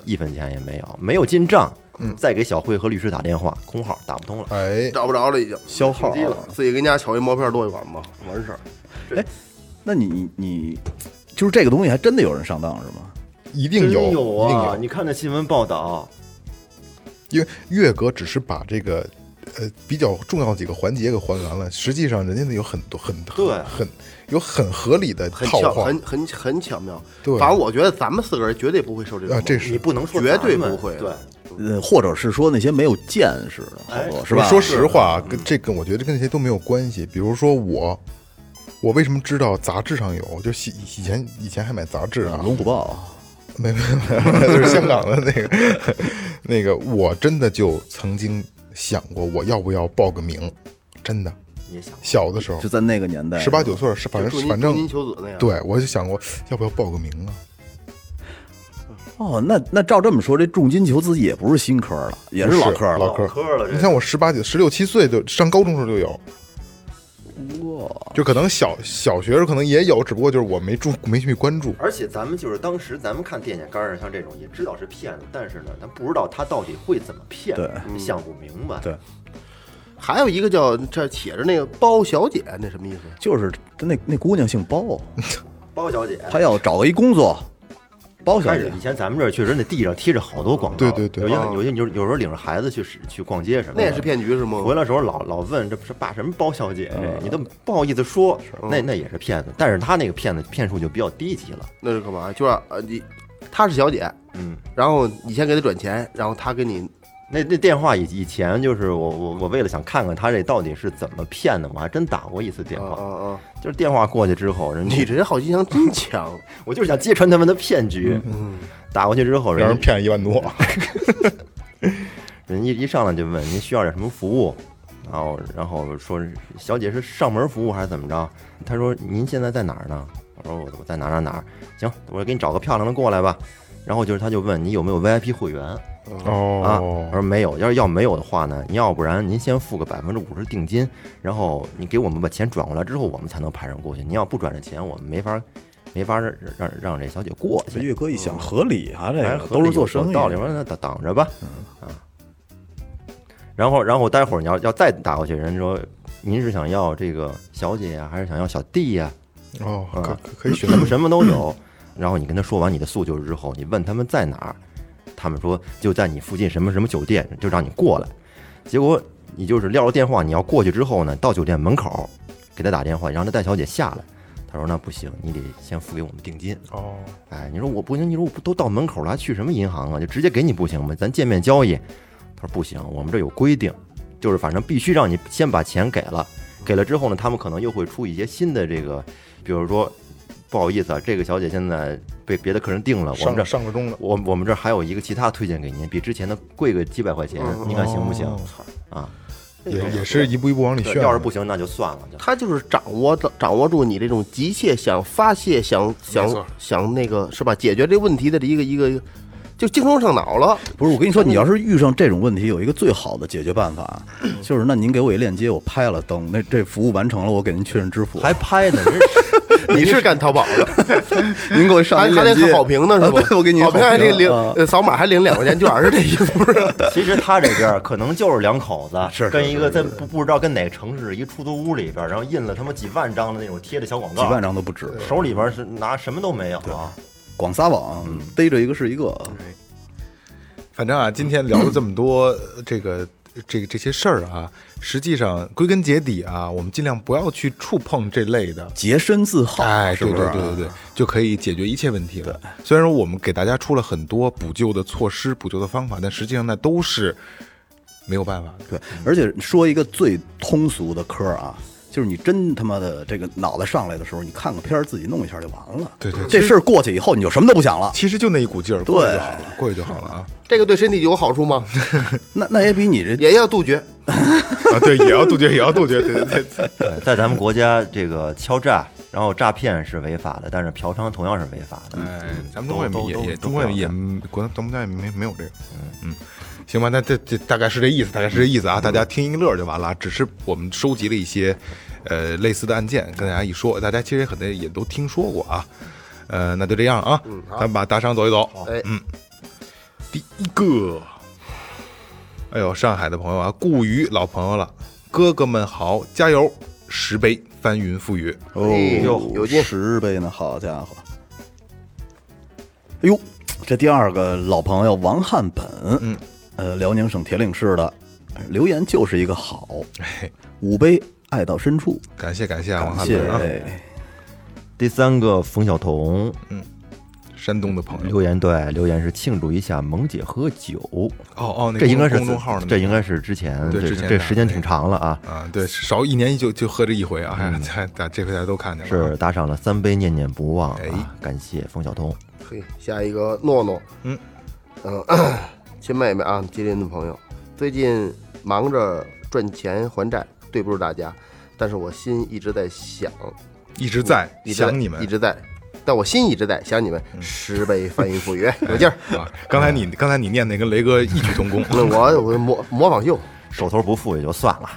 Speaker 6: 一分钱也没有，没有进账。
Speaker 3: 嗯
Speaker 6: 再给小慧和律师打电话，空号打不通了。
Speaker 3: 哎，
Speaker 4: 找不着了已经，
Speaker 5: 消耗
Speaker 4: 停机了，自己跟家小一毛片儿多一管吧，完事儿。
Speaker 5: 那你你就是这个东西还真的有人上当是吗？
Speaker 3: 一定
Speaker 6: 真
Speaker 3: 有，
Speaker 6: 有
Speaker 3: 一定
Speaker 6: 啊！
Speaker 3: 有，
Speaker 6: 你看那新闻报道，
Speaker 3: 因为月哥只是把这个呃比较重要几个环节给还原了，实际上人家那有很多很很
Speaker 6: 对
Speaker 3: 很有很合理的
Speaker 4: 很
Speaker 3: 套
Speaker 4: 巧，
Speaker 3: 话
Speaker 4: 很很很巧妙。
Speaker 3: 对
Speaker 4: 反正我觉得咱们四个人绝对不会受这种
Speaker 3: 啊，
Speaker 4: 蒙
Speaker 3: 这
Speaker 6: 你
Speaker 3: 是
Speaker 6: 不能说
Speaker 4: 绝对
Speaker 6: 咱们
Speaker 4: 不会
Speaker 6: 对，
Speaker 5: 呃，或者是说那些没有见识的，好
Speaker 6: 哎
Speaker 5: 多是吧？
Speaker 3: 说实话，啊跟这跟我觉得跟那些都没有关系。比如说我，我为什么知道杂志上有？就是以以前以前还买杂志啊，
Speaker 5: 龙虎豹，
Speaker 3: 没没没， 就是香港的那个那个，我真的就曾经想过我要不要报个名，真的，
Speaker 6: 你想
Speaker 3: 小的时候
Speaker 5: 就在那个年代，
Speaker 3: 十八九岁是反
Speaker 4: 就祝
Speaker 3: 正
Speaker 4: 您
Speaker 3: 反
Speaker 4: 祝您
Speaker 3: 正
Speaker 4: 求子那样。，
Speaker 3: 对我就想过要不要报个名啊。
Speaker 5: 哦，那那照这么说，这重金求子也不是新科了，也是老科了。
Speaker 3: 老
Speaker 6: 唠
Speaker 3: 科
Speaker 6: 嗑了，
Speaker 3: 你
Speaker 6: 这
Speaker 3: 像我十八九、十六七岁就上高中时候就有，哇！就可能小小学时候可能也有，只不过就是我没注没去关注。
Speaker 6: 而且咱们就是当时咱们看电线杆上像这种也知道是骗子，但是呢，咱不知道他到底会怎么骗，
Speaker 5: 对
Speaker 6: 你想不明白。
Speaker 5: 对
Speaker 4: 还有一个叫这写着那个包小姐，那什么意思？
Speaker 5: 就是那那姑娘姓包，
Speaker 6: 包小姐，
Speaker 5: 她要找一工作，包小
Speaker 6: 开
Speaker 5: 姐
Speaker 6: 始以前咱们这儿确实那地上贴着好多广告，
Speaker 3: 对对对
Speaker 6: 有些有些有有时候领着孩子去市去逛街什么的，
Speaker 4: 那也是骗局是吗？
Speaker 6: 回来的时候老老问这不是爸什么包小姐这，你都不好意思说，那
Speaker 4: 嗯
Speaker 6: 那也是骗子，但是他那个骗子骗术就比较低级了，
Speaker 4: 那是干嘛？就是呃，你她是小姐，
Speaker 6: 嗯，
Speaker 4: 然后你先给她转钱，然后她给你
Speaker 6: 那那电话以以前就是我我我为了想看看他这到底是怎么骗的，我还真打过一次电
Speaker 4: 啊啊
Speaker 6: 话，
Speaker 4: 啊！
Speaker 6: 就是电话过去之后，人家
Speaker 4: 你这人好奇心真强，
Speaker 6: 我就是想揭穿他们的骗局，打过去之后
Speaker 3: 嗯让人
Speaker 6: 人
Speaker 3: 骗了一万多，
Speaker 6: 人一一上来就问您需要点什么服务，然后然后说小姐是上门服务还是怎么着？他说您现在在哪儿呢？我说我我在哪儿哪儿哪儿。行，我说给你找个漂亮的过来吧。然后就是他就问你有没有 VIP 会员啊？
Speaker 3: 哦
Speaker 6: 我，说没有，要是要没有的话呢，你要不然您先付个百分之五十定金，然后你给我们把钱转过来之后，我们才能派人过去。您要不转这钱，我们没法没法让让让这小姐过去。
Speaker 5: 岳哥一想合理啊，这
Speaker 6: 哎，
Speaker 5: 个都是做生意，
Speaker 6: 道理说那等等着吧，
Speaker 5: 嗯
Speaker 6: 啊。然后，然后待会儿你要要再打过去，人说您是想要这个小姐呀、还是想要小弟呀、
Speaker 3: 哦，可
Speaker 6: 啊
Speaker 3: 可可以选
Speaker 6: 什么什么都有。然后你跟他说完你的诉求之后，你问他们在哪儿，他们说就在你附近什么什么酒店，就让你过来。结果你就是撂了电话，你要过去之后呢，到酒店门口给他打电话，你让他带小姐下来。他说那不行，你得先付给我们定金。
Speaker 3: 哦，
Speaker 6: 哎，你说我不行，你说我不都到门口了，还去什么银行啊？就直接给你不行吗？咱见面交易。他说不行，我们这有规定，就是反正必须让你先把钱给了，给了之后呢，他们可能又会出一些新的这个，比如说不好意思啊，这个小姐现在被别的客人定了，我们
Speaker 3: 上
Speaker 6: 这
Speaker 3: 上个钟了，
Speaker 6: 我我们这还有一个其他推荐给您，比之前的贵个几百块钱，您看行不行？啊，
Speaker 3: 也也是一步一步往里
Speaker 6: 对
Speaker 3: 炫。啊
Speaker 6: 要是不行那就算了，就
Speaker 4: 她就是掌握掌握住你这种急切想发泄、想想
Speaker 3: 错
Speaker 4: 想那个是吧？解决这问题的一个一个，就精虫上脑了。
Speaker 5: 不是，我跟你说，你要是遇上这种问题，有一个最好的解决办法，啊就是那您给我一链接，我拍了，等那这服务完成了，我给您确认支付。
Speaker 6: 还拍呢，真是。
Speaker 4: 你是干淘宝的，
Speaker 5: 您给我上
Speaker 4: 还
Speaker 5: 一
Speaker 4: 还
Speaker 5: 链
Speaker 4: 得
Speaker 5: 接，
Speaker 4: 看好评 呢是吧
Speaker 5: 啊？对我给你
Speaker 4: 好评还得领
Speaker 5: 啊
Speaker 4: 呃扫码还领两块钱券儿是这意思不是？
Speaker 6: 其实他这边儿可能就是两口子，
Speaker 5: 是是
Speaker 6: 跟一个在不不知道跟哪个城市一出租屋里边儿，然后印了他妈几万张的那种贴的小广
Speaker 5: 几
Speaker 6: 告，
Speaker 5: 万张都不止，
Speaker 6: 手里边儿是拿什么都没有啊。
Speaker 5: 广撒网逮着一个是一个。
Speaker 3: 反正啊，今天聊了这么多， 呃这个这个这些事儿啊，实际上归根结底啊，我们尽量不要去触碰这类的
Speaker 5: 洁身自好，
Speaker 3: 哎，
Speaker 5: 是
Speaker 3: 对
Speaker 5: 不
Speaker 3: 对
Speaker 5: 是啊？
Speaker 3: 对对对，就可以解决一切问题了。虽然说我们给大家出了很多补救的措施、补救的方法，但实际上那都是没有办法的。
Speaker 5: 对，而且说一个最通俗的科儿啊，就是你真他妈的这个脑袋上来的时候，你看个片儿自己弄一下就完了。
Speaker 3: 对对
Speaker 5: 这事儿过去以后，你就什么都不想了。
Speaker 3: 其实就那一股劲儿，过去就好了，过去就好了啊！
Speaker 4: 这个对身体有好处吗？
Speaker 5: 那那也比你这
Speaker 4: 也要杜绝。
Speaker 3: 啊，对，也要杜绝，也要杜绝，对对对对。
Speaker 6: 对，呃在咱们国家，这个敲诈，然后诈骗是违法的，但是嫖娼同样是违法的。
Speaker 3: 哎
Speaker 6: 嗯，
Speaker 3: 咱们中国也
Speaker 6: 都
Speaker 3: 没也也
Speaker 6: 都
Speaker 3: 中国
Speaker 6: 都
Speaker 3: 也国咱们家也没没有这个，嗯嗯。行吧，那这这大概是这意思，大概是这意思啊，大家听一乐就完了。啊只是我们收集了一些，呃，类似的案件，跟大家一说，大家其实很多也都听说过啊。呃，那就这样啊，咱们把大商走一走。
Speaker 4: 哎，
Speaker 3: 第一个，哎呦，上海的朋友啊，顾鱼老朋友了，哥哥们好，加油！石碑，翻云覆雨。
Speaker 5: 哦
Speaker 4: 哎呦有劲
Speaker 5: 十倍呢，好家伙！哎呦，这第二个老朋友王汉本，嗯，呃，辽宁省铁岭市的，留言就是一个好，
Speaker 3: 哎，
Speaker 5: 五杯爱到深处，
Speaker 3: 感谢感谢啊，王
Speaker 5: 感
Speaker 3: 汉
Speaker 5: 谢
Speaker 3: 文啊，
Speaker 6: 第三个冯晓彤
Speaker 3: 山东的朋友。
Speaker 6: 留言，对留言是庆祝一下萌姐喝酒，
Speaker 3: 哦哦，那
Speaker 6: 这应该是
Speaker 3: 公众号的那个，
Speaker 6: 这应该是之前
Speaker 3: 对
Speaker 6: 这
Speaker 3: 之前
Speaker 6: 这
Speaker 3: 的
Speaker 6: 时间
Speaker 3: 对
Speaker 6: 挺长了啊，
Speaker 3: 啊，对，少一年就就喝这一回啊， 哎大家这回大家都看见了啊。
Speaker 6: 嗯是打赏了三杯念念不忘啊
Speaker 3: 哎，
Speaker 6: 感谢冯晓彤。
Speaker 4: 嘿，下一个诺诺，
Speaker 3: 嗯
Speaker 4: 嗯， 亲妹妹啊，吉林的朋友，最近忙着赚钱还债，对不住大家，但是我心一直在想，
Speaker 3: 一直在
Speaker 4: 一直在
Speaker 3: 想你们嗯
Speaker 4: 一直在，但我心一直在想你们，十倍翻云覆雨，有劲儿。
Speaker 3: 啊！刚才你刚才你念的跟雷哥异曲同 工，
Speaker 4: 那我我模模仿秀，
Speaker 6: 手头不富也就算了，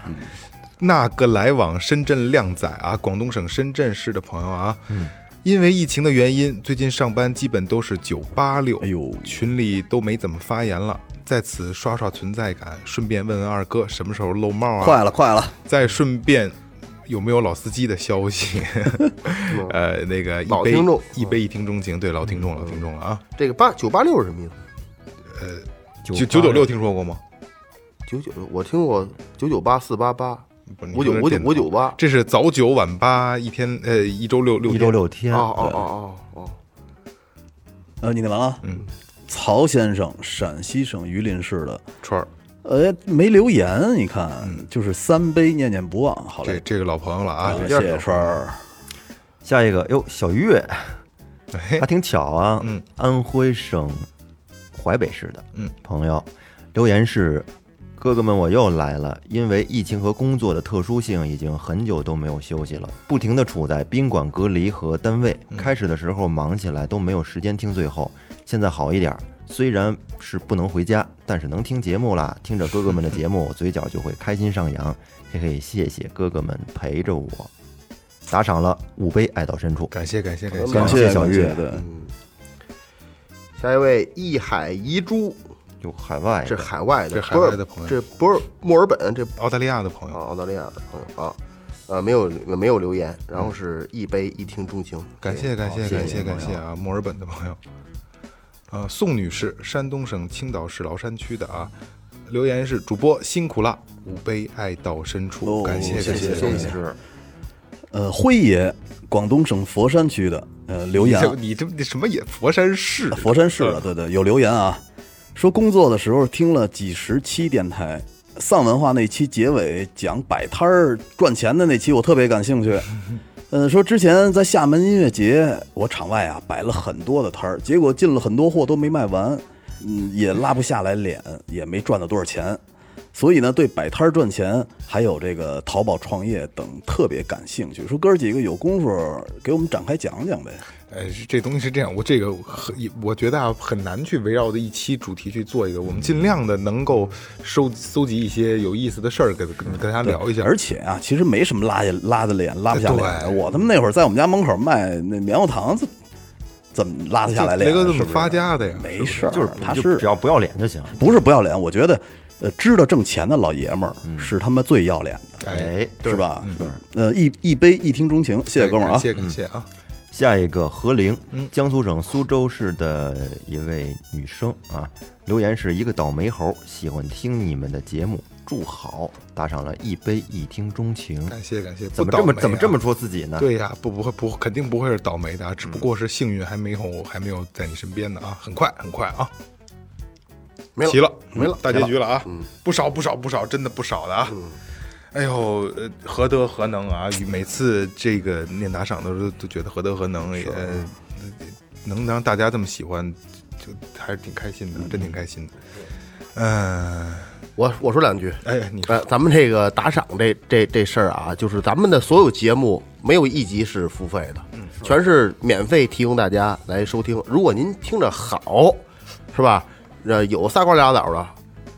Speaker 3: 那个来往深圳靓仔啊，广东省深圳市的朋友啊，
Speaker 6: 嗯
Speaker 3: 因为疫情的原因，最近上班基本都是九八六，
Speaker 5: 哎呦
Speaker 3: 群里都没怎么发言了，在此刷刷存在感，顺便问问二哥什么时候露帽啊？
Speaker 5: 快了，快了，
Speaker 3: 再顺便。有没有老司机的消息？呃，那个一
Speaker 4: 老
Speaker 3: 杯
Speaker 4: 听众
Speaker 3: 一杯一听钟情，对老听众老听众了啊！
Speaker 4: 这个八九八六是什么意思？
Speaker 3: 九九九六听说过吗？
Speaker 4: 九九，我听过九九八四八八
Speaker 3: 不是
Speaker 4: 五九
Speaker 3: 你说
Speaker 4: 五九
Speaker 3: 的是
Speaker 4: 五九八，
Speaker 3: 这是早九晚八，一天呃一周六六
Speaker 6: 一
Speaker 3: 天
Speaker 6: 周六天
Speaker 4: 哦，哦哦哦
Speaker 3: 嗯
Speaker 4: 哦，
Speaker 5: 呃，你念完了，嗯，曹先生，陕西省榆林市的，
Speaker 3: 串儿，
Speaker 5: 呃，没留言，你看，就是三杯念念不忘，好
Speaker 3: 这
Speaker 5: 嘞，
Speaker 3: 这个老朋友了啊，
Speaker 5: 谢谢栓儿，
Speaker 6: 下一个哟，小月，
Speaker 3: 哎
Speaker 6: 还挺巧啊，
Speaker 3: 嗯，
Speaker 6: 安徽省淮北市的，
Speaker 3: 嗯，
Speaker 6: 朋友留言是：哥哥们，我又来了，因为疫情和工作的特殊性，已经很久都没有休息了，不停的处在宾馆隔离和单位。开始的时候忙起来都没有时间听最后，现在好一点儿。虽然是不能回家，但是能听节目啦。听着哥哥们的节目，我 嘴角就会开心上扬。嘿嘿，谢谢哥哥们陪着我，打赏了五杯，爱到深处。
Speaker 3: 感谢感谢感
Speaker 4: 嗯
Speaker 3: 谢，啊
Speaker 5: 感
Speaker 6: 谢小
Speaker 5: 小
Speaker 6: 月
Speaker 5: 对，
Speaker 4: 下一位一海遗珠，
Speaker 6: 有海外的
Speaker 4: 这海外的，
Speaker 3: 这海外的朋友
Speaker 4: 这不是墨尔本，这
Speaker 3: 澳大利亚的朋
Speaker 4: 啊，
Speaker 3: 友，
Speaker 4: 澳大利亚的朋友啊，呃，没有没有留言，然后是一杯一听钟情，
Speaker 3: 感谢感谢
Speaker 4: 谢
Speaker 3: 感
Speaker 4: 谢
Speaker 3: 谢感谢啊，墨尔本的朋友，呃，宋女士，山东省青岛市崂山区的啊，留言是主播辛苦啦，五杯爱到深处，
Speaker 5: 哦
Speaker 3: 感谢
Speaker 5: 谢
Speaker 3: 感
Speaker 5: 谢
Speaker 3: 感谢
Speaker 5: 谢。呃，辉爷，广东省佛山区的，呃，留言啊
Speaker 3: 这你这你什么也佛山市
Speaker 5: 啊，佛山市的，
Speaker 3: 嗯
Speaker 5: 对对，有留言啊，说工作的时候听了几十期电台，丧文化那期结尾讲摆摊儿赚钱的那期，我特别感兴趣。呃，说之前在厦门音乐节，我场外啊摆了很多的摊儿，结果进了很多货都没卖完，嗯，也拉不下来脸，也没赚到多少钱。所以呢，对摆摊儿赚钱，还有这个淘宝创业等特别感兴趣。说哥儿几个有功夫给我们展开讲讲呗。
Speaker 3: 哎，是这东西是这样，我这个很，我觉得啊，很难去围绕着一期主题去做一个，我们尽量的能够收搜集一些有意思的事儿，跟跟跟大家聊一下。
Speaker 5: 而且啊，其实没什么拉下拉的脸，拉不下脸的。
Speaker 3: 对
Speaker 5: 我他妈那会儿在我们家门口卖那棉花糖，怎怎么拉得下来
Speaker 3: 雷
Speaker 5: 脸啊？
Speaker 3: 哥怎
Speaker 5: 是
Speaker 3: 么
Speaker 5: 不是
Speaker 3: 发家的呀？
Speaker 5: 没事儿，
Speaker 6: 就是
Speaker 5: 他
Speaker 6: 就是哎只要不要脸就行。
Speaker 5: 不是不要脸？我觉得，呃，知道挣钱的老爷们儿是他妈最要脸的，
Speaker 3: 嗯哎，
Speaker 6: 哎，
Speaker 5: 是吧？呃，一一杯一听钟情，谢谢哥们儿啊
Speaker 3: 感！谢感谢啊！
Speaker 6: 下一个何玲，
Speaker 3: 嗯
Speaker 6: 江苏省苏州市的一位女生啊，留言是一个倒霉猴，喜欢听你们的节目，祝好，打赏了一杯一听钟情。
Speaker 3: 感谢感谢，
Speaker 6: 怎
Speaker 3: 哎不
Speaker 6: 么这
Speaker 3: 倒
Speaker 6: 么
Speaker 3: 霉啊
Speaker 6: 怎么这么？说自己呢？
Speaker 3: 对呀、不不会不肯定不会是倒霉的啊，只
Speaker 5: 嗯
Speaker 3: 不过是幸运还没有还没有在你身边呢啊，很快很快啊，
Speaker 4: 没了
Speaker 3: 齐了
Speaker 4: 没了，
Speaker 3: 大结局了啊，不少不少不少，真的不少的啊。哎呦，呃，何德何能啊！每次这个念打赏的时候，都觉得何德何能，也呃能让大家这么喜欢，就还是挺开心的，真挺开心的。嗯、
Speaker 4: 我我说两句，
Speaker 3: 哎，你说
Speaker 4: 呃，咱们这个打赏这这这事儿啊，就是咱们的所有节目没有一集是付费的，全是免费提供大家来收听。如果您听着好，是吧？呃，有仨瓜俩枣的，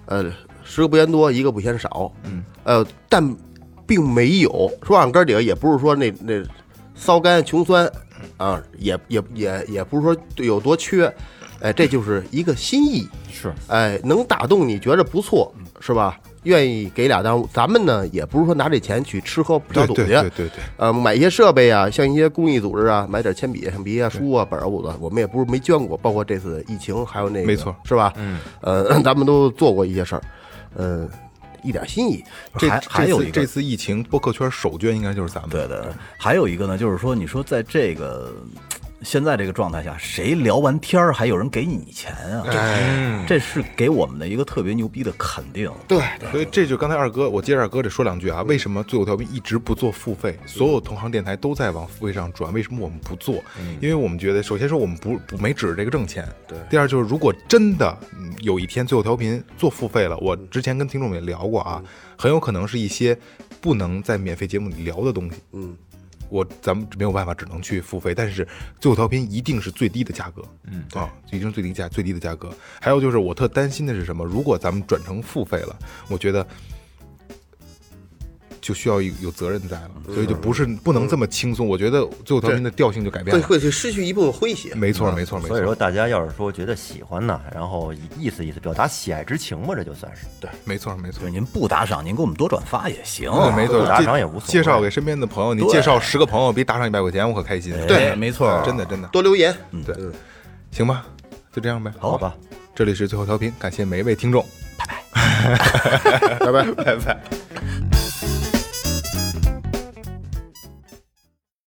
Speaker 4: 呃，十个不嫌多，一个不嫌少，嗯，呃，但并没有说俺哥几个也不是说那那骚干穷酸啊，也也也也不是说有多缺，哎，这就是一个心意，
Speaker 6: 是
Speaker 4: 哎，能打动你觉着不错，是吧？愿意给俩单，咱们呢也不是说拿这钱去吃喝嫖
Speaker 3: 对
Speaker 4: 赌
Speaker 3: 对
Speaker 4: 去，
Speaker 3: 对对对，
Speaker 4: 呃，买一些设备啊，像一些公益组织啊，买点铅笔、橡皮啊、书啊、本儿啊，我我们也不是没捐过，包括这次疫情，还有那个，
Speaker 3: 没错，
Speaker 4: 是吧？嗯，呃，咱们都做过一些事儿，呃，一点心意，
Speaker 3: 这
Speaker 5: 还
Speaker 3: 这
Speaker 5: 还有
Speaker 3: 次
Speaker 5: 一个
Speaker 3: 这次疫情播客圈首捐应该就是咱们，
Speaker 5: 对对对，还有一个呢，就是说，你说在这个现在这个状态下，谁聊完天儿还有人给你钱啊？
Speaker 3: 哎，
Speaker 5: 这是给我们的一个特别牛逼的肯定。
Speaker 4: 对，
Speaker 3: 所以这就刚才二哥，我接着二哥这说两句啊，为什么最后调频一直不做付费？所有同行电台都在往付费上转，为什么我们不做？因为我们觉得，首先说我们不不没指着这个挣钱，对。第二就是，如果真的嗯有一天最后调频做付费了，我之前跟听众也聊过啊，很有可能是一些不能在免费节目里聊的东西，嗯。我咱们没有办法，只能去付费。但是最后调频一定是最低的价格，嗯啊，一定是最低价最低的价格。还有就是我特担心的是什么？如果咱们转成付费了，我觉得就需要有有责任在了，
Speaker 6: 嗯
Speaker 3: 所以就不是不能这么轻松。我觉得最后调频的嗯调性就改变
Speaker 4: 会
Speaker 3: 了。
Speaker 4: 会失去一部分诙谐，
Speaker 3: 没错，没错，没
Speaker 6: 所以说，
Speaker 3: 错，
Speaker 6: 大家要是说觉得喜欢呢，然后意思意思，表达喜爱之情吧，这就算是
Speaker 3: 没错，没错
Speaker 5: 就是。您不打赏，您给我们多转发也行。
Speaker 3: 对哎没错，
Speaker 6: 不哦打赏
Speaker 3: 介
Speaker 6: 也无所谓
Speaker 3: 介绍给身边的朋友，你
Speaker 5: 对
Speaker 3: 介绍十个朋友，比打赏一百块钱，我可开心。
Speaker 6: 哎
Speaker 5: 对没错
Speaker 3: 真的真的，
Speaker 4: 多留言，
Speaker 3: 对，行吧，就这样呗。
Speaker 6: 好吧。
Speaker 3: 这里是最后调频，感谢每一位听众。
Speaker 4: 拜拜。
Speaker 3: 拜拜。